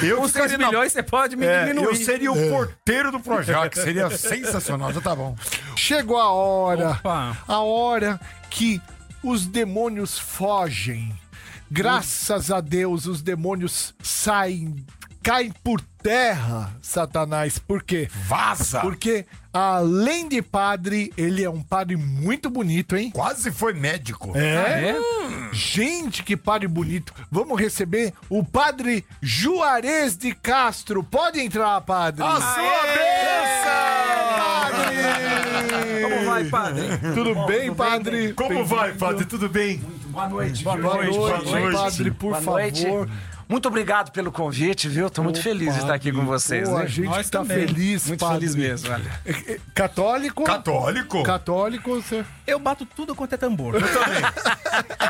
Speaker 4: Eu
Speaker 3: Um
Speaker 5: Com
Speaker 4: ficaria
Speaker 5: 6
Speaker 4: na-
Speaker 5: milhões você pode me
Speaker 4: É,
Speaker 5: diminuir.
Speaker 4: eu seria o porteiro do Projac, seria sensacional, já tá bom.
Speaker 3: Chegou a hora.
Speaker 5: Opa.
Speaker 3: A hora que os demônios fogem. Graças a Deus, os demônios saem, caem por terra, Satanás. Por quê?
Speaker 4: Vaza!
Speaker 3: Tá. Porque Além de padre, ele é um padre muito bonito, hein?
Speaker 4: Quase foi médico.
Speaker 3: É? Gente, que padre bonito. Vamos receber o padre Juarez de Castro. Pode entrar, padre.
Speaker 4: A sua
Speaker 11: Padre! Como vai, padre?
Speaker 3: Tudo
Speaker 11: Bom,
Speaker 3: bem, padre?
Speaker 4: Como vai, padre? Tudo bem?
Speaker 11: Boa noite.
Speaker 3: Boa noite, padre, por
Speaker 11: Boa noite.
Speaker 3: favor.
Speaker 11: Muito obrigado pelo convite, viu? Tô muito feliz de estar aqui com vocês,
Speaker 3: Pô,
Speaker 11: né?
Speaker 3: a gente
Speaker 5: Nós
Speaker 3: tá
Speaker 5: também.
Speaker 3: feliz,
Speaker 11: Muito
Speaker 3: padre. É,
Speaker 11: feliz mesmo, olha.
Speaker 3: Católico?
Speaker 4: Católico?
Speaker 3: Católico, você...
Speaker 5: Eu bato tudo quanto é tambor.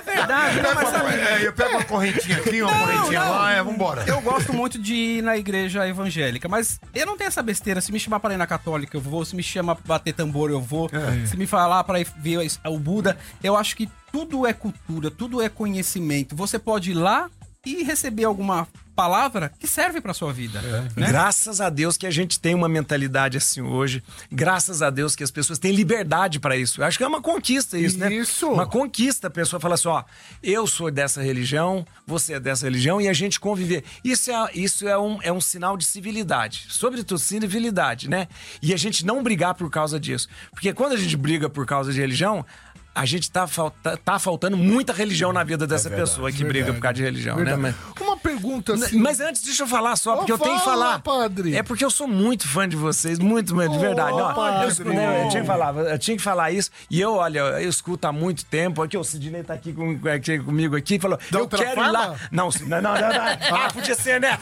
Speaker 5: É
Speaker 11: Verdade, não, mas sabe,
Speaker 4: É, eu pego uma correntinha aqui, uma correntinha
Speaker 5: não.
Speaker 4: lá, é, vambora.
Speaker 5: eu gosto muito de ir na igreja evangélica, mas eu não tenho essa besteira. Se me chamar pra ir na católica, eu vou. Se me chamar pra bater tambor, eu vou. Se me falar pra ir ver es- o Buda, eu acho que tudo é cultura, tudo é conhecimento. Você pode ir lá e receber alguma palavra que serve pra sua vida.
Speaker 11: É.
Speaker 5: né?
Speaker 11: Graças a Deus que a gente tem uma mentalidade assim hoje. Graças a Deus que as pessoas têm liberdade para isso. Eu acho que é uma conquista isso, né?
Speaker 3: Isso.
Speaker 11: Uma conquista a pessoa falar assim, ó, eu sou dessa religião, você é dessa religião e a gente conviver. Isso é, isso é, um, é um sinal de civilidade, sobretudo civilidade, né? E a gente não brigar por causa disso. Porque quando a gente briga por causa de religião, a gente tá, falta, tá faltando muita religião na vida dessa pessoa que briga por causa de religião, né? Mas-
Speaker 3: Uma pergunta assim...
Speaker 11: mas antes, deixa eu falar só, porque
Speaker 3: Ô,
Speaker 11: eu tenho que
Speaker 3: fala,
Speaker 11: falar.
Speaker 3: padre. Oh,
Speaker 11: É porque eu sou muito fã de vocês, muito fã, de verdade. Não, eu,
Speaker 3: padre.
Speaker 11: escuto- não, eu tinha que falar, eu tinha que falar isso. E eu, olha, eu escuto há muito tempo. Aqui, o Sidney tá aqui, com, aqui comigo aqui, falou, eu
Speaker 3: outra
Speaker 11: quero ir
Speaker 3: forma?
Speaker 11: lá. Não, Sidney, não, não, não. Ah, podia ser, né?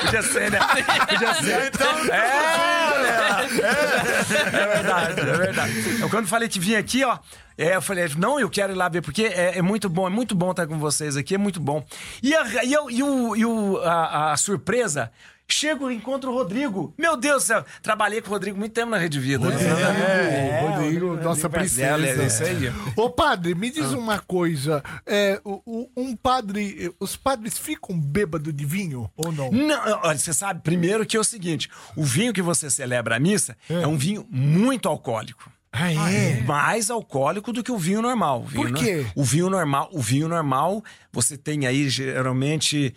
Speaker 11: podia ser, né? Podia ser. né? É, é, é verdade, é verdade. Eu, quando falei que vim aqui, ó. é, eu falei, não, eu quero ir lá ver, porque é, é muito bom, é muito bom estar com vocês aqui, é muito bom. E a, e eu- e o, e o- a, a surpresa, chego e encontro o Rodrigo. Meu Deus do céu, trabalhei com o Rodrigo muito tempo na Rede Vida. né?
Speaker 3: É, Rodrigo, nossa princesa.
Speaker 11: Marcelo, é isso aí.
Speaker 3: Ô padre, me diz
Speaker 4: Ah.
Speaker 3: uma coisa. É, o- o- um padre. Os padres ficam bêbados de vinho ou não?
Speaker 11: Não, olha, você sabe primeiro que é o seguinte: o vinho que você celebra a missa é, um vinho muito alcoólico.
Speaker 3: Ah, é?
Speaker 11: Mais alcoólico do que o vinho normal. O vinho
Speaker 3: Por
Speaker 11: no-
Speaker 3: quê?
Speaker 11: O vinho normal, o vinho normal, você tem aí geralmente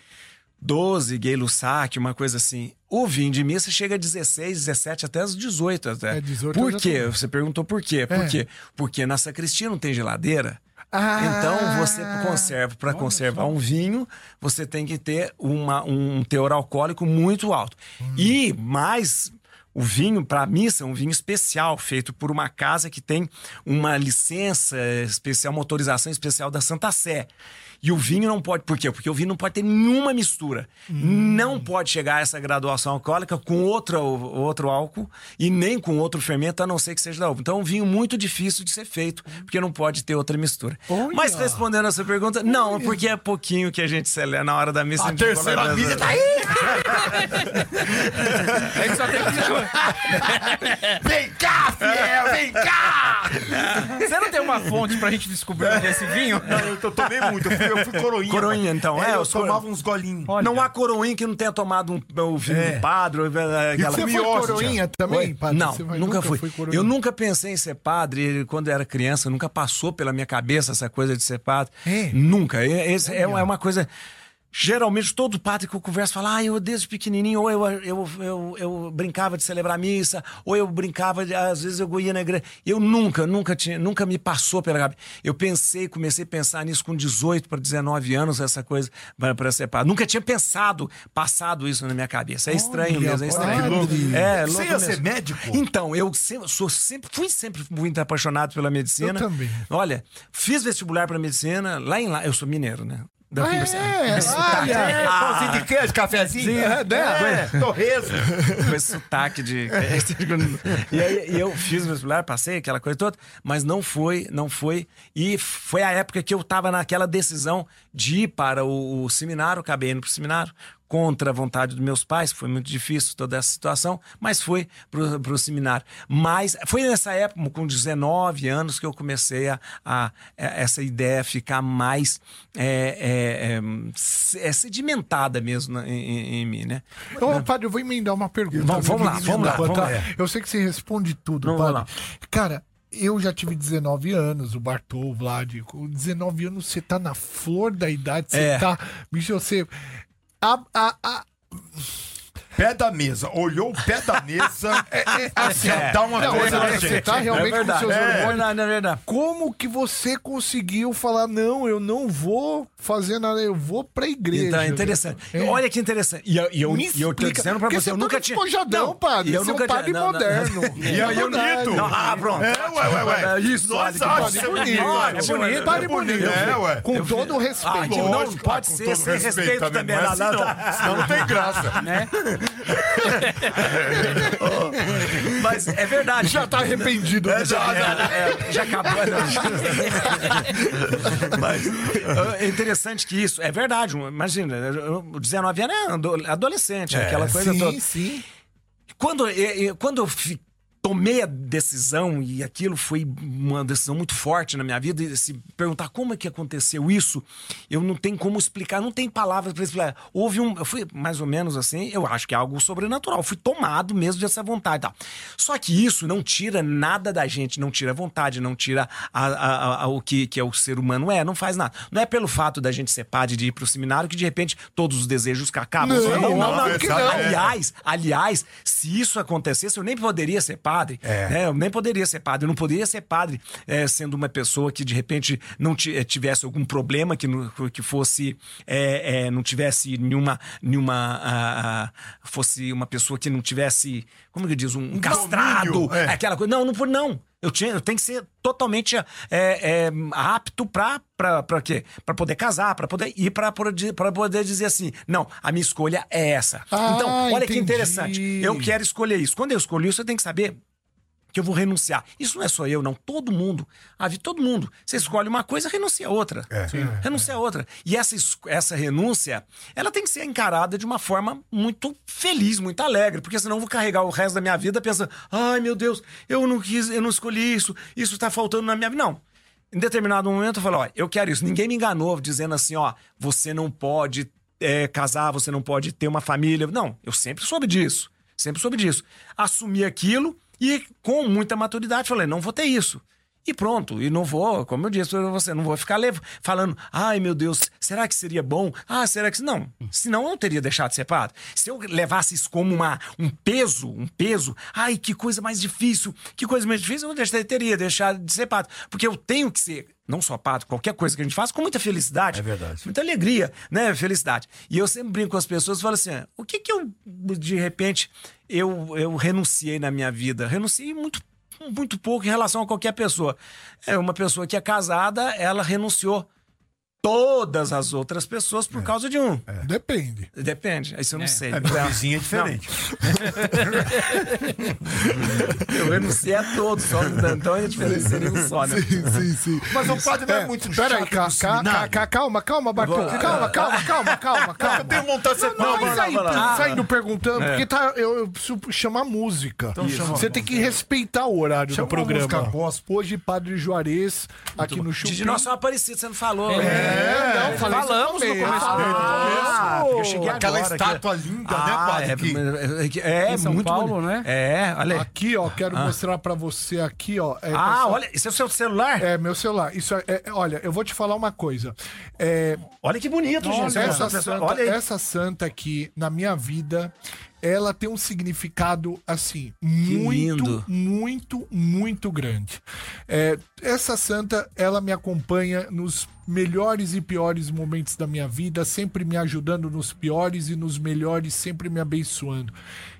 Speaker 11: 12 gay lussac, uma coisa assim. O vinho de missa chega a 16, 17, até as 18 até.
Speaker 3: É, 18
Speaker 11: por
Speaker 3: eu já
Speaker 11: quê? Você perguntou por quê? Por
Speaker 3: É.
Speaker 11: quê? Porque na sacristia não tem geladeira.
Speaker 3: Ah.
Speaker 11: Então você conserva para conservar um vinho, você tem que ter uma- um teor alcoólico muito alto. E mais o vinho para missa é um vinho especial feito por uma casa que tem uma licença especial, uma autorização especial da Santa Sé. E o vinho não pode, por quê? Porque o vinho não pode ter nenhuma mistura. Não pode chegar a essa graduação alcoólica com outra, outro álcool e nem com outro fermento, a não ser que seja da uva. Então, é um vinho muito difícil de ser feito, porque não pode ter outra mistura.
Speaker 3: Olha!
Speaker 11: Mas respondendo a sua pergunta, não, porque é pouquinho que a gente celebra na hora da missa.
Speaker 4: A
Speaker 11: gente fala,
Speaker 4: terceira
Speaker 11: "Meu
Speaker 4: mídia
Speaker 11: Deus".
Speaker 4: tá aí!
Speaker 5: É que só tem que-
Speaker 4: Vem cá, fiel, vem cá!
Speaker 5: Você não tem uma fonte pra gente descobrir onde é esse vinho?
Speaker 4: Não, eu, to- tomei muito, eu fui, eu fui coroinha.
Speaker 11: Coroinha, então,
Speaker 4: É,
Speaker 11: é,
Speaker 4: eu
Speaker 11: os coro-
Speaker 4: tomava uns golinhos.
Speaker 11: Não há coroinha que não tenha tomado um, um vinho
Speaker 4: É.
Speaker 11: do padre. ou, eh, Aquela...
Speaker 3: Você foi
Speaker 4: miose,
Speaker 3: coroinha também,
Speaker 11: Oi?
Speaker 3: padre?
Speaker 11: Não,
Speaker 3: Você vai-
Speaker 11: nunca, fui.
Speaker 3: foi coroinha.
Speaker 11: eu nunca pensei em ser padre quando era criança, nunca passou pela minha cabeça essa coisa de ser padre.
Speaker 3: É?
Speaker 11: Nunca. É, esse é, uma- é uma coisa. Geralmente, todo padre que eu converso fala: ah, eu desde pequenininho, ou eu, eu, eu, eu brincava de celebrar missa, ou eu brincava, de- às vezes eu ia na igreja. Eu nunca, nunca tinha, nunca me passou pela cabeça. Eu pensei, comecei a pensar nisso com 18 para 19 anos, essa coisa para ser padre. Nunca tinha pensado, passado isso na minha cabeça. É estranho mesmo, é estranho.
Speaker 3: padre.
Speaker 11: É,
Speaker 4: Você
Speaker 11: louco
Speaker 4: ia ser
Speaker 11: mesmo.
Speaker 4: médico?
Speaker 11: Então, eu se- sou sempre, fui sempre muito apaixonado pela medicina.
Speaker 3: Eu também.
Speaker 11: Olha, fiz vestibular para medicina lá em lá. Eu sou mineiro, né? Da
Speaker 3: Ah, é?
Speaker 11: Esse sotaque.
Speaker 3: Olha!
Speaker 11: Ah,
Speaker 4: de queijo, cafezinho?
Speaker 3: É, né?
Speaker 4: Torresmo.
Speaker 11: com esse sotaque de. e aí e eu fiz o vestibular, passei aquela coisa toda, mas não foi, não foi. E foi a época que eu tava naquela decisão de ir para o, o seminário, acabei indo pro seminário, contra a vontade dos meus pais, foi muito difícil toda essa situação, mas fui pro, pro seminário. Mas foi nessa época, com 19 anos, que eu comecei a, a- essa ideia ficar mais é, é, é, se- é sedimentada mesmo na- em- em- em mim, né?
Speaker 3: Ô, Então, padre, eu vou emendar uma pergunta.
Speaker 11: Vamos- vamos lá, vamos lá, vamos lá.
Speaker 3: Eu sei que você responde tudo,
Speaker 11: Vamos
Speaker 3: padre.
Speaker 11: lá.
Speaker 3: Cara, eu já tive 19 anos, o Bartol, o Vlad. Com 19 anos, você tá na flor da idade, tá, você
Speaker 11: É.
Speaker 3: tá. Bicho, você. A, a, a-
Speaker 4: pé da mesa. Olhou o pé da mesa.
Speaker 3: É, é,
Speaker 4: assim,
Speaker 3: é.
Speaker 4: dá uma
Speaker 3: Não,
Speaker 4: coisa
Speaker 3: você-
Speaker 4: na
Speaker 3: você
Speaker 4: gente.
Speaker 3: tá realmente
Speaker 4: É verdade.
Speaker 3: com seus
Speaker 4: É.
Speaker 3: hormônios.
Speaker 11: Não, não, verdade.
Speaker 3: Como que você conseguiu falar, não, eu não vou fazer nada, eu vou pra igreja.
Speaker 11: Então, é interessante. Olha que interessante. E eu, e eu,
Speaker 3: Me
Speaker 11: e eu tô
Speaker 3: explica,
Speaker 11: dizendo pra
Speaker 3: porque
Speaker 11: você, eu
Speaker 3: você tá
Speaker 11: nunca
Speaker 3: todo
Speaker 11: tinha.
Speaker 3: despojadão, padre, você é um
Speaker 11: tinha-
Speaker 3: padre
Speaker 11: não, não.
Speaker 3: moderno.
Speaker 11: E eu, eu
Speaker 3: Verdade.
Speaker 11: não. Ah, pronto.
Speaker 4: É, ué, ué, ué.
Speaker 11: Isso,
Speaker 4: Nossa,
Speaker 11: olha que
Speaker 3: É
Speaker 4: acho
Speaker 11: padre
Speaker 4: bonito.
Speaker 11: Ótimo,
Speaker 4: Ótimo,
Speaker 11: bonito.
Speaker 4: padre bonito. É, ué.
Speaker 3: Com todo o respeito.
Speaker 11: Ah, não
Speaker 4: Lógico,
Speaker 11: pode
Speaker 4: ah, com
Speaker 11: ser
Speaker 4: todo
Speaker 11: sem respeito também,
Speaker 4: Não é
Speaker 11: não,
Speaker 4: assim,
Speaker 11: não,
Speaker 4: não.
Speaker 11: não.
Speaker 4: Senão não tem graça.
Speaker 5: né?
Speaker 11: Mas é verdade.
Speaker 3: Já tá arrependido.
Speaker 11: É, já, é, é, já acabou. não. Mas é interessante que isso. É verdade. um- Imagina, eu- eu- 19 anos é ado- adolescente, aquela coisa toda.
Speaker 3: É, Sim, sim.
Speaker 11: Quando, eh, eh, quando eu fi- tomei a decisão, e aquilo foi uma decisão muito forte na minha vida, e se perguntar como é que aconteceu isso, eu não tenho como explicar, não tem palavras para explicar. Houve um. Eu fui mais ou menos assim, eu acho que é algo sobrenatural. Fui tomado mesmo dessa vontade. e Tal. Só que isso não tira nada da gente, não tira a vontade, não tira a- a- a- a- o que, que é o ser humano. É, não faz nada. Não é pelo fato da gente ser padre de ir pro seminário que de repente todos os desejos acabam.
Speaker 3: Não,
Speaker 4: claro que não.
Speaker 11: Aliás, aliás, se isso acontecesse, eu nem poderia ser padre. né? Eu nem poderia ser padre. Eu não poderia ser padre eh, sendo uma pessoa que de repente não ti- eh, tivesse algum problema, que, não- que fosse. eh, eh, não tivesse nenhuma. nenhuma ah, ah, fosse uma pessoa que não tivesse. Como que diz? Um, castrado.
Speaker 4: domínio, é.
Speaker 11: Aquela coisa. Não, não. pode- não. Eu, tinha, eu tenho que ser totalmente eh, eh, apto pra, pra, pra quê? Pra poder casar, pra poder ir, pra, poder- pra poder dizer assim: não, a minha escolha é essa.
Speaker 3: Ah,
Speaker 11: Então, olha
Speaker 3: entendi.
Speaker 11: que interessante. Eu quero escolher isso. Quando eu escolhi isso, eu tenho que saber que eu vou renunciar. Isso não é só eu, não. Todo mundo. A vida, todo mundo. Você escolhe uma coisa, renuncia a outra.
Speaker 3: É.
Speaker 11: Renuncia a outra. E essa, es- essa renúncia, ela tem que ser encarada de uma forma muito feliz, muito alegre. Porque senão eu vou carregar o resto da minha vida pensando: ai meu Deus, eu não quis, eu não escolhi isso, isso tá faltando na minha vida. Não. Em determinado momento eu falei, ó, eu quero isso. Ninguém me enganou dizendo assim, ó, você não pode é, casar, você não pode ter uma família. Não, eu sempre soube disso. Sempre soube disso. Assumi aquilo e com muita maturidade falei, não vou ter isso. E pronto, e não vou, como eu disse pra você, não vou ficar levo, falando, ai meu Deus, será que seria bom? Ah, será que. Não, senão eu não teria deixado de ser padre. Se eu levasse isso como uma, um peso, um peso, ai que coisa mais difícil, que coisa mais difícil, eu não deixaria, teria deixado de ser padre. Porque eu tenho que ser, não só padre, qualquer coisa que a gente faça, com muita felicidade. É verdade. Muita alegria, né? Felicidade. E eu sempre brinco com as pessoas e falo assim: o que que eu, de repente, eu, eu renunciei na minha vida? Renunciei muito muito pouco em relação a qualquer pessoa. É uma pessoa que é casada, ela renunciou todas as outras pessoas por causa de um.
Speaker 3: É. Depende.
Speaker 11: Depende, isso eu não sei.
Speaker 4: Minha vizinha é diferente.
Speaker 11: Eu renunciei a todos, só então a gente seria um só, né?
Speaker 3: Sim, sim.
Speaker 4: Mas o padre não é muito chato
Speaker 3: Peraí, ca,
Speaker 4: no
Speaker 3: ca, ca,
Speaker 4: seminário.
Speaker 3: ca, calma, calma, Bartô. Calma, calma, calma, calma, calma.
Speaker 4: Eu tenho vontade de ser
Speaker 3: Não,
Speaker 4: padre.
Speaker 3: mas aí, tá saindo perguntando, porque tá, eu, eu preciso chamar Então música.
Speaker 4: chama
Speaker 3: Você tem que respeitar o horário
Speaker 4: Chama
Speaker 3: do
Speaker 4: uma
Speaker 3: programa.
Speaker 4: música gospel.
Speaker 3: Hoje, Padre Juarez, aqui no Chupim.
Speaker 11: De nossa aparecida, você não falou. né?
Speaker 3: É, não, falei isso
Speaker 5: Falamos no
Speaker 3: também.
Speaker 5: começo.
Speaker 11: Ah, porque eu cheguei
Speaker 4: Aquela
Speaker 11: agora
Speaker 4: estátua linda,
Speaker 3: é
Speaker 4: né, padre? que-
Speaker 11: aqui. Ah, É, é, é,
Speaker 5: Em São
Speaker 11: muito
Speaker 5: Paulo,
Speaker 11: bonito.
Speaker 5: né?
Speaker 11: É, olha. aí.
Speaker 3: Aqui, ó, quero mostrar pra você aqui, ó. é,
Speaker 11: Ah,
Speaker 3: Ah, pessoal-
Speaker 11: olha, esse é o seu celular?
Speaker 3: É, meu celular. Isso é, é- olha, eu vou te falar uma coisa. É,
Speaker 11: Olha que bonito, gente.
Speaker 3: essa, santa,
Speaker 11: olha aí.
Speaker 3: essa santa aqui, na minha vida, ela tem um significado, assim, muito,
Speaker 11: lindo.
Speaker 3: muito, muito grande. É, essa santa, ela me acompanha nos melhores e piores momentos da minha vida, sempre me ajudando nos piores e nos melhores, sempre me abençoando.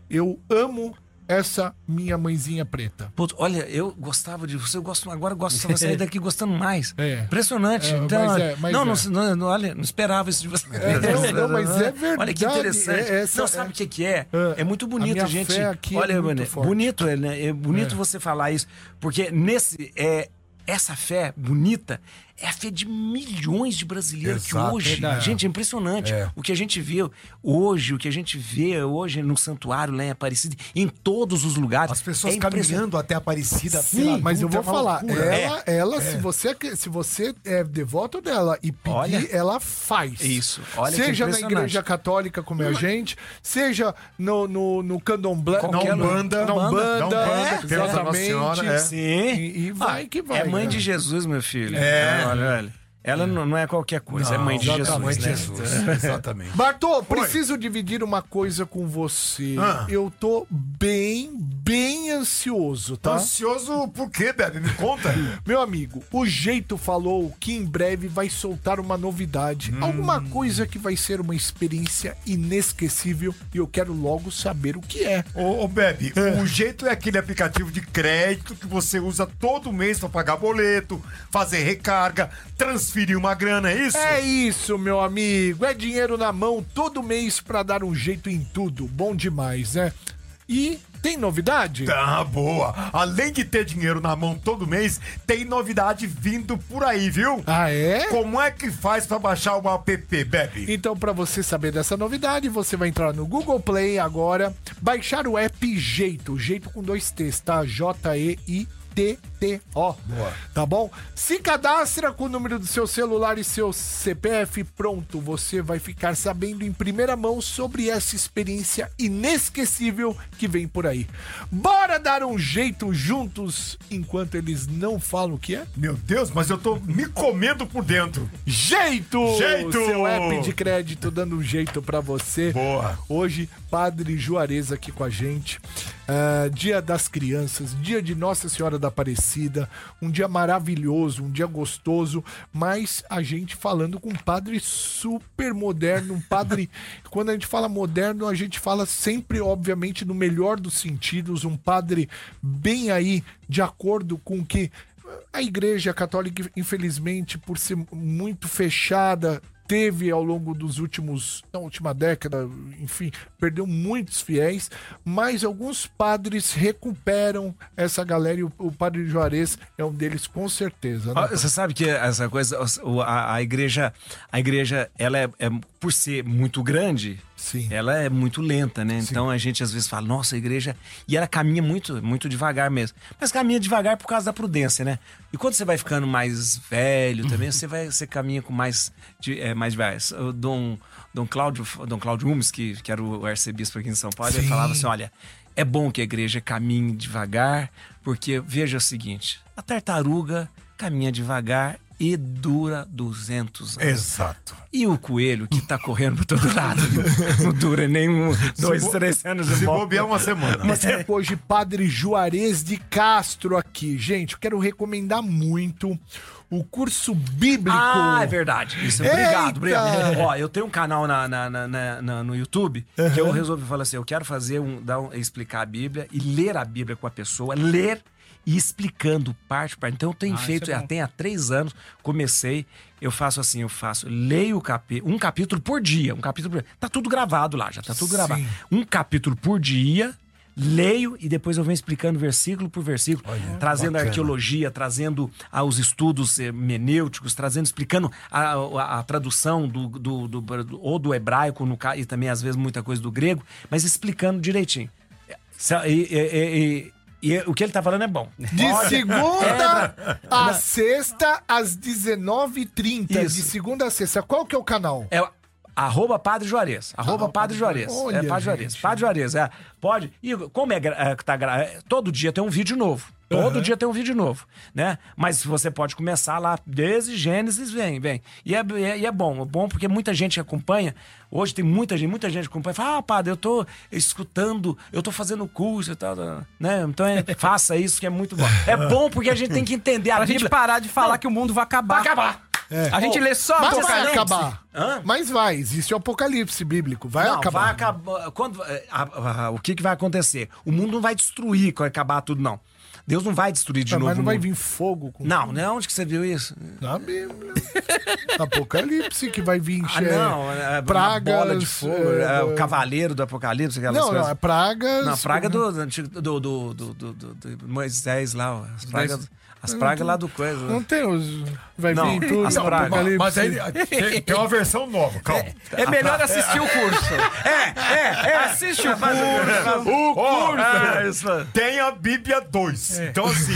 Speaker 3: Eu amo essa minha mãezinha preta.
Speaker 11: Putz, olha, eu gostava de você, eu gosto, agora eu gosto de você sair daqui gostando mais.
Speaker 3: É.
Speaker 11: Impressionante.
Speaker 3: É,
Speaker 11: então,
Speaker 3: mas é, mas
Speaker 11: não,
Speaker 3: é.
Speaker 11: não, não, não, olha, não esperava isso de você.
Speaker 3: não, não, mas é
Speaker 11: Olha
Speaker 3: verdade,
Speaker 11: que interessante.
Speaker 3: é, essa-
Speaker 11: não, sabe o que, que é?
Speaker 3: É.
Speaker 11: É muito
Speaker 3: A
Speaker 11: bonito,
Speaker 3: minha
Speaker 11: gente.
Speaker 3: fé aqui é
Speaker 11: olha,
Speaker 3: muito
Speaker 11: mano,
Speaker 3: forte.
Speaker 11: bonito, é, né? É bonito você falar isso, porque nesse é essa fé bonita é a fé de milhões de brasileiros
Speaker 4: Exato,
Speaker 11: que hoje,
Speaker 4: verdade.
Speaker 11: gente, é impressionante. O que a gente viu hoje, o que a gente vê hoje no santuário lá em Aparecida, em todos os lugares.
Speaker 4: As pessoas
Speaker 11: é impressionante.
Speaker 4: caminhando até Aparecida.
Speaker 11: Sim,
Speaker 4: pela
Speaker 3: Mas eu
Speaker 4: luta,
Speaker 3: vou
Speaker 4: é uma
Speaker 3: falar,
Speaker 4: loucura.
Speaker 3: ela,
Speaker 11: É.
Speaker 3: ela se você, que- se você é devoto dela e pedir,
Speaker 11: Olha.
Speaker 3: ela faz.
Speaker 11: Isso, olha que
Speaker 3: Seja na
Speaker 11: impressionante.
Speaker 3: igreja católica como a gente, seja no, no, no candomblé,
Speaker 11: Qualquer
Speaker 3: na Umbanda,
Speaker 11: lugar.
Speaker 3: na Umbanda,
Speaker 11: Na Umbanda, é,
Speaker 4: Deus, Nossa
Speaker 3: exatamente.
Speaker 4: Senhora, é.
Speaker 11: Sim.
Speaker 3: E, e vai
Speaker 11: Ah,
Speaker 3: que vai.
Speaker 11: É mãe de
Speaker 3: né?
Speaker 11: Jesus, meu filho. É. Olha, olha. Ela não, não é qualquer coisa, é mãe de Jesus.
Speaker 4: exatamente,
Speaker 11: né?
Speaker 4: Jesus, exatamente.
Speaker 3: Bartô, preciso dividir uma coisa com você.
Speaker 4: Ah.
Speaker 3: Eu tô bem, bem ansioso, tá?
Speaker 11: Ah,
Speaker 4: Ansioso por quê, Bebe? Me conta.
Speaker 3: Meu amigo, o Jeito falou que em breve vai soltar uma novidade. Alguma coisa que vai ser uma experiência inesquecível e eu quero logo saber o que é.
Speaker 4: Ô, ô Bebe, o jeito é aquele aplicativo de crédito que você usa todo mês pra pagar boleto, fazer recarga, transferir uma grana, é isso?
Speaker 3: É isso, meu amigo. É dinheiro na mão todo mês pra dar um jeito em tudo. Bom demais, né? E tem novidade?
Speaker 4: Tá boa. Além de ter dinheiro na mão todo mês, tem novidade vindo por aí, viu?
Speaker 3: Ah, é?
Speaker 4: Como é que faz pra baixar uma app, Bebe?
Speaker 3: Então, pra você saber dessa novidade, você vai entrar no Google Play agora, baixar o app Jeito, Jeito com dois T's, tá? J-E-I-T-T-O. Tá bom? Se cadastra com o número do seu celular e seu CPF, pronto, você vai ficar sabendo em primeira mão sobre essa experiência inesquecível que vem por aí. Bora dar um jeito juntos enquanto eles não falam o que é?
Speaker 4: Meu Deus, mas eu tô me comendo por dentro.
Speaker 3: Jeito!
Speaker 4: Jeito!
Speaker 3: Seu app de crédito dando um jeito pra você.
Speaker 4: Boa.
Speaker 3: Hoje, Padre Juarez aqui com a gente. Ah, dia das Crianças, dia de Nossa Senhora da Aparecida. Um dia maravilhoso, um dia gostoso. Mas a gente falando com um padre super moderno. Um padre. quando a gente fala moderno, a gente fala sempre, obviamente, no melhor dos sentidos. Um padre bem aí, de acordo com o que a Igreja Católica, infelizmente, por ser muito fechada, teve ao longo dos últimos, na última década, enfim, perdeu muitos fiéis, mas alguns padres recuperam essa galera e o, o padre Juarez é um deles com certeza.
Speaker 11: Ó,
Speaker 3: Né?
Speaker 11: Você sabe que essa coisa, o- a, a igreja, a igreja, ela é, é- por ser muito grande,
Speaker 3: Sim.
Speaker 11: ela é muito lenta, né? Então a gente às vezes fala, nossa, a igreja, e ela caminha muito, muito devagar mesmo. Mas caminha devagar por causa da prudência, né? E quando você vai ficando mais velho também, você vai, você caminha com mais, de, é, mais devagar. O Dom, Dom Cláudio, Dom Cláudio Humes, que, que era o arcebispo aqui em São Paulo, ele falava assim, olha, é bom que a igreja caminhe devagar, porque veja o seguinte, a tartaruga caminha devagar e dura 200 anos.
Speaker 4: Exato.
Speaker 11: E o coelho que tá correndo pra todo lado? Não dura nem um, dois,
Speaker 4: bo-
Speaker 11: três anos
Speaker 4: Se
Speaker 11: de volta.
Speaker 4: bobear uma semana.
Speaker 3: É. Hoje, Padre Juarez de Castro aqui. Gente, eu quero recomendar muito o curso bíblico.
Speaker 11: Ah, é verdade. Isso,
Speaker 3: Eita!
Speaker 11: obrigado, obrigado. Ó, eu tenho um canal na, na- na- na- na- no YouTube que eu resolvi falar assim: eu quero fazer um, dar um- explicar a Bíblia e ler a Bíblia com a pessoa, ler e explicando parte por parte. Então eu tenho
Speaker 5: Ah,
Speaker 11: feito,
Speaker 5: isso é bom.
Speaker 11: até há três anos, comecei, eu faço assim, eu faço, leio o capi- um capítulo por dia, um capítulo por dia. Tá tudo gravado lá, já tá tudo gravado. Um capítulo por dia. Leio e depois eu venho explicando versículo por versículo, trazendo a arqueologia, trazendo aos estudos eh, hermenêuticos, trazendo, explicando a, a- a tradução do, do- do- do- ou do hebraico no, ca- e também às vezes muita coisa do grego, mas explicando direitinho. Sa- E, e- e- e o que ele tá falando é bom.
Speaker 3: De segunda
Speaker 11: É.
Speaker 3: a sexta, às 19h30. De
Speaker 11: Isso.
Speaker 3: segunda a sexta. Qual que é o canal?
Speaker 11: É o- arroba Padre Juarez. Arroba Padre Juarez.
Speaker 3: Olha,
Speaker 11: é Padre Juarez.
Speaker 3: gente.
Speaker 11: Padre Juarez, é. Pode. E como é, gra- é que tá gra- é, Todo dia tem um vídeo novo. Todo dia tem um vídeo novo, né? Mas você pode começar lá desde Gênesis, vem, vem. E é, é- e é bom, é bom porque muita gente que acompanha. Hoje tem muita gente, muita gente que acompanha. Fala, ah, padre, eu tô escutando, eu tô fazendo curso e tal, tal, né? Então é, faça isso que é muito bom. É bom porque a gente tem que entender a
Speaker 5: Pra
Speaker 11: Bíblia.
Speaker 5: gente parar de falar que é o mundo vai acabar.
Speaker 11: Vai acabar.
Speaker 5: A gente lê só
Speaker 3: Mas
Speaker 5: a
Speaker 3: vai
Speaker 5: boca.
Speaker 11: É Apocalipse.
Speaker 3: acabar.
Speaker 11: Hã?
Speaker 3: Mas vai, existe o apocalipse bíblico. Vai
Speaker 11: Não,
Speaker 3: acabar.
Speaker 11: vai acabar. Quando, eh, a- a- o que, que vai acontecer? O mundo não vai destruir quando acabar tudo, não. Deus não vai destruir de
Speaker 3: Mas
Speaker 11: novo.
Speaker 3: não
Speaker 11: o
Speaker 3: vai
Speaker 11: mundo.
Speaker 3: vir fogo com
Speaker 11: Não, né? Onde que você viu isso?
Speaker 3: na Bíblia. apocalipse que vai vir
Speaker 11: Ah,
Speaker 3: encher.
Speaker 11: não, é, uma
Speaker 3: pragas,
Speaker 11: bola de fogo,
Speaker 3: é,
Speaker 11: é, o cavaleiro do apocalipse, aquelas
Speaker 3: Não,
Speaker 11: coisas.
Speaker 3: não, é pragas. né?
Speaker 11: Na praga é do, do, antigo- do, do, do- do- do- do Moisés lá, ó, as pragas, as pragas lá do coisa.
Speaker 3: Não
Speaker 11: né?
Speaker 3: tem os. Vai
Speaker 11: Não,
Speaker 3: vir tudo. é-
Speaker 11: as pragas.
Speaker 3: apocalipse.
Speaker 4: Mas aí tem, tem uma versão nova, calma.
Speaker 5: É melhor assistir o curso.
Speaker 11: tá. É, é, é.
Speaker 5: Assiste o curso.
Speaker 4: O curso!
Speaker 11: É, isso.
Speaker 4: Tem a Bíblia 2. Então, assim.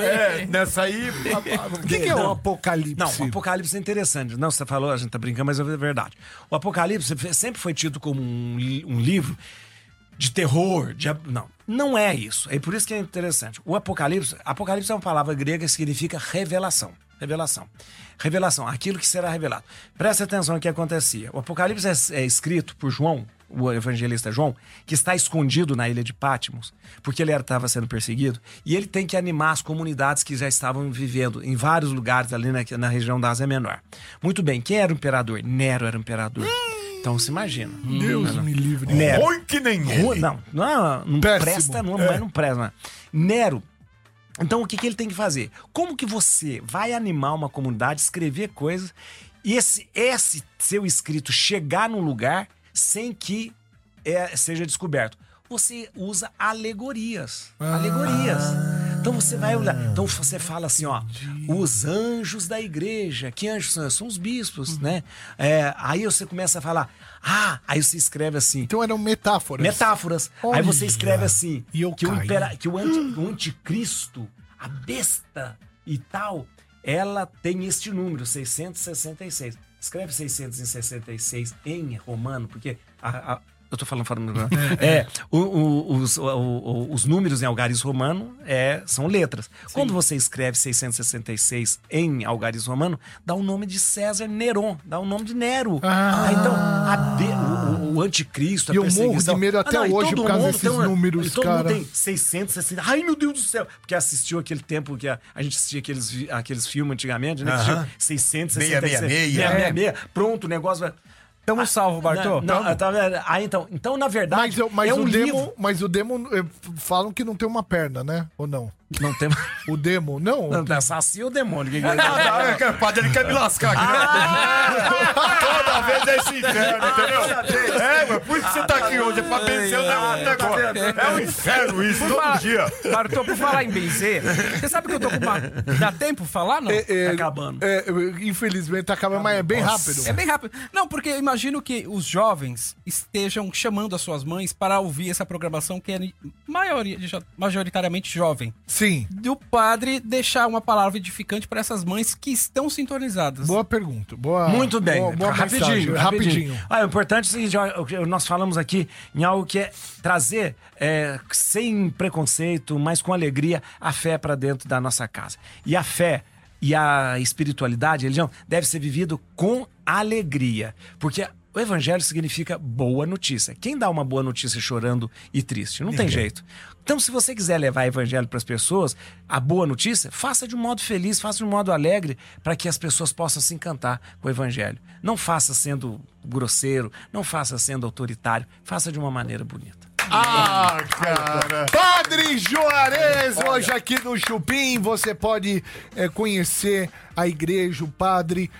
Speaker 4: é, nessa aí.
Speaker 3: O que, que é o apocalipse?
Speaker 11: Não, o Apocalipse é interessante. Não, você falou, a gente tá brincando, mas é verdade. O Apocalipse sempre foi tido como um, li- um livro de terror, de... ab- não, não é isso. É por isso que é interessante. O Apocalipse, Apocalipse é uma palavra grega que significa revelação. Revelação. Revelação, aquilo que será revelado. Presta atenção no que acontecia. O Apocalipse é, é escrito por João, o evangelista João, que está escondido na ilha de Pátimos, porque ele estava sendo perseguido, e ele tem que animar as comunidades que já estavam vivendo em vários lugares ali na, na região da Ásia Menor. Muito bem, quem era o imperador? Nero era o imperador. Então se imagina.
Speaker 3: Hum. Deus
Speaker 11: Não, não.
Speaker 3: me livre.
Speaker 11: Nero.
Speaker 3: Ruim que nem ele.
Speaker 11: Não,
Speaker 3: É,
Speaker 11: não, não
Speaker 3: né? Péssimo.
Speaker 11: presta, não,
Speaker 3: É.
Speaker 11: mas não presta. não. Nero. Então o que, que ele tem que fazer? Como que você vai animar uma comunidade, escrever coisas e esse, esse seu escrito chegar num lugar sem que é, seja descoberto? Você usa alegorias.
Speaker 3: Ah.
Speaker 11: Alegorias. Então você vai olhar. Então você fala assim, ó, os anjos da igreja. Que anjos são? São os bispos,
Speaker 3: Uhum.
Speaker 11: né? É, aí você começa a falar, ah, aí você escreve assim.
Speaker 3: Então eram metáforas.
Speaker 11: Metáforas. Aí você
Speaker 3: Olha.
Speaker 11: escreve assim:
Speaker 3: E eu
Speaker 11: que, o
Speaker 3: caí.
Speaker 11: impera- que o anti- o anticristo, a besta e tal, ela tem este número, 666. Escreve 666 em romano, porque a- a- eu tô falando, falando é, o- o- os, o- o- os números em algarismo romano é, são letras. Quando você escreve 666 em algarismo romano, dá o nome de César Neron, dá o nome de Nero. Ah, então, a de- o, o- o anticristo, a
Speaker 3: E eu morro de
Speaker 11: perseguição- Ah,
Speaker 3: medo até
Speaker 11: e
Speaker 3: hoje
Speaker 11: todo
Speaker 3: por causa
Speaker 11: mundo
Speaker 3: desses
Speaker 11: uma-
Speaker 3: números,
Speaker 11: e todo
Speaker 3: cara.
Speaker 11: Mundo tem 660. Ai, meu Deus do céu! Porque assistiu aquele tempo que a, a gente assistia aqueles, vi- aqueles filmes antigamente, né? Que
Speaker 4: Aham.
Speaker 11: tinha 666.
Speaker 4: 666.
Speaker 3: É.
Speaker 11: 666. Pronto, o negócio vai.
Speaker 3: Então, um
Speaker 11: Ah,
Speaker 5: Tamo salvo,
Speaker 11: Não,
Speaker 5: Bartô.
Speaker 11: não, tá vendo? Ah, então, então, na verdade,
Speaker 3: Mas, eu- mas
Speaker 11: é
Speaker 3: o
Speaker 11: um livro.
Speaker 3: demo, mas o demo eh, falam que não tem uma perna, né? Ou não?
Speaker 11: Não tem.
Speaker 3: O demo, não.
Speaker 11: Não, tá saci ou demônio? Que que
Speaker 4: Ah, tá, cara, o padre ele quer me lascar aqui. né? Toda vez é esse inferno, entendeu? É, mas por isso que você tá aqui hoje, é pra vencer o
Speaker 11: Ah,
Speaker 4: negócio agora. É um inferno isso,
Speaker 5: Então, Por
Speaker 4: todo
Speaker 5: falar-
Speaker 4: dia.
Speaker 5: Bartô, por falar em benzer, você sabe que eu tô com uma. Dá tempo falar, não?
Speaker 3: É, é,
Speaker 11: Tá acabando.
Speaker 3: é, infelizmente tá acabando, mas é bem rápido.
Speaker 5: É bem rápido. Não, porque eu imagino que os jovens estejam chamando as suas mães para ouvir essa programação que é maioria, majoritariamente jovem.
Speaker 3: Sim.
Speaker 5: Do padre deixar uma palavra edificante para essas mães que estão sintonizadas.
Speaker 3: Boa pergunta. Boa,
Speaker 11: Muito bem.
Speaker 3: Boa, boa
Speaker 11: rapidinho,
Speaker 3: mensagem.
Speaker 11: rapidinho.
Speaker 3: rapidinho.
Speaker 11: Ah, o importante é o seguinte: ó, o que nós falamos aqui em algo que é trazer é, sem preconceito, mas com alegria, a fé para dentro da nossa casa. E a fé e a espiritualidade, a religião, deve ser vivido com alegria. Porque. O evangelho significa boa notícia. Quem dá uma boa notícia chorando e triste? Não
Speaker 3: É.
Speaker 11: tem jeito. Então, se você quiser levar evangelho para as pessoas, a boa notícia, faça de um modo feliz, faça de um modo alegre, para que as pessoas possam se encantar com o evangelho. Não faça sendo grosseiro, não faça sendo autoritário, faça de uma maneira bonita.
Speaker 3: Ah, cara. Padre Juarez, hoje aqui no Chupim, você pode eh, conhecer a igreja, o padre.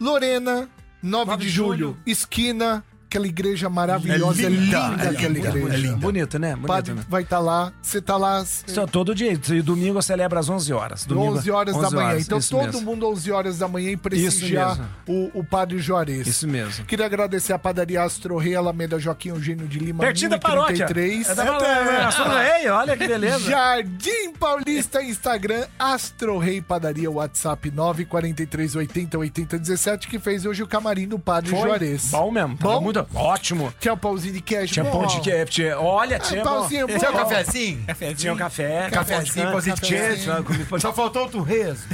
Speaker 3: Lorena, 9 de julho, esquina, aquela igreja maravilhosa, é linda, aquela igreja.
Speaker 11: Bonito, É né?
Speaker 3: O
Speaker 11: Bonito,
Speaker 3: padre
Speaker 11: né?
Speaker 3: vai estar lá, você está lá
Speaker 11: Isso é todo dia. E domingo celebra às 11 horas. Domingo,
Speaker 3: 11 horas
Speaker 11: 11
Speaker 3: da manhã. então
Speaker 11: isso
Speaker 3: todo
Speaker 11: mesmo.
Speaker 3: mundo 11 horas da manhã e
Speaker 11: Isso
Speaker 3: prestigiar o, o Padre Juarez.
Speaker 11: Isso mesmo.
Speaker 3: Queria agradecer a padaria Astro Rei, Alameda Joaquim Eugênio de Lima,
Speaker 11: Pertinho da paróquia.
Speaker 3: 1033.
Speaker 11: É da paróquia. Ei, olha que beleza.
Speaker 3: Jardim Paulista, Instagram, Astro Rei Padaria, WhatsApp 943808017, que fez hoje o camarim do Padre
Speaker 11: Foi
Speaker 3: Juarez.
Speaker 11: Bom mesmo. Tava
Speaker 3: Bom?
Speaker 11: muito ótimo.
Speaker 3: Tinha o pauzinho de queijo.
Speaker 11: Tinha
Speaker 3: bom.
Speaker 11: pão de queijo. tinha- Olha, tinha.
Speaker 3: Ah,
Speaker 11: bom. é
Speaker 3: pauzinho bom.
Speaker 4: Quer um cafezinho?
Speaker 11: Tinha um café,
Speaker 4: Cafezinho, pãozinho de queijo. Só faltou o torresmo.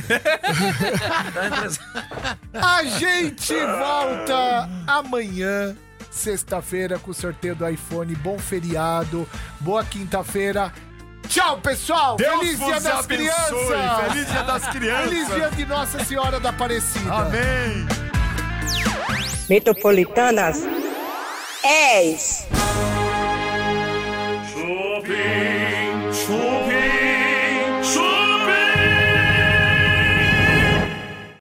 Speaker 3: A gente volta amanhã, sexta-feira, com o sorteio do iPhone. Bom feriado, boa quinta-feira. Tchau, pessoal!
Speaker 4: Deus
Speaker 3: Feliz Dia
Speaker 4: vos
Speaker 3: das
Speaker 4: abençoe.
Speaker 3: Crianças!
Speaker 4: Feliz Dia das Crianças.
Speaker 3: Feliz Dia de Nossa Senhora da Aparecida!
Speaker 4: Amém.
Speaker 7: Metropolitanas 10.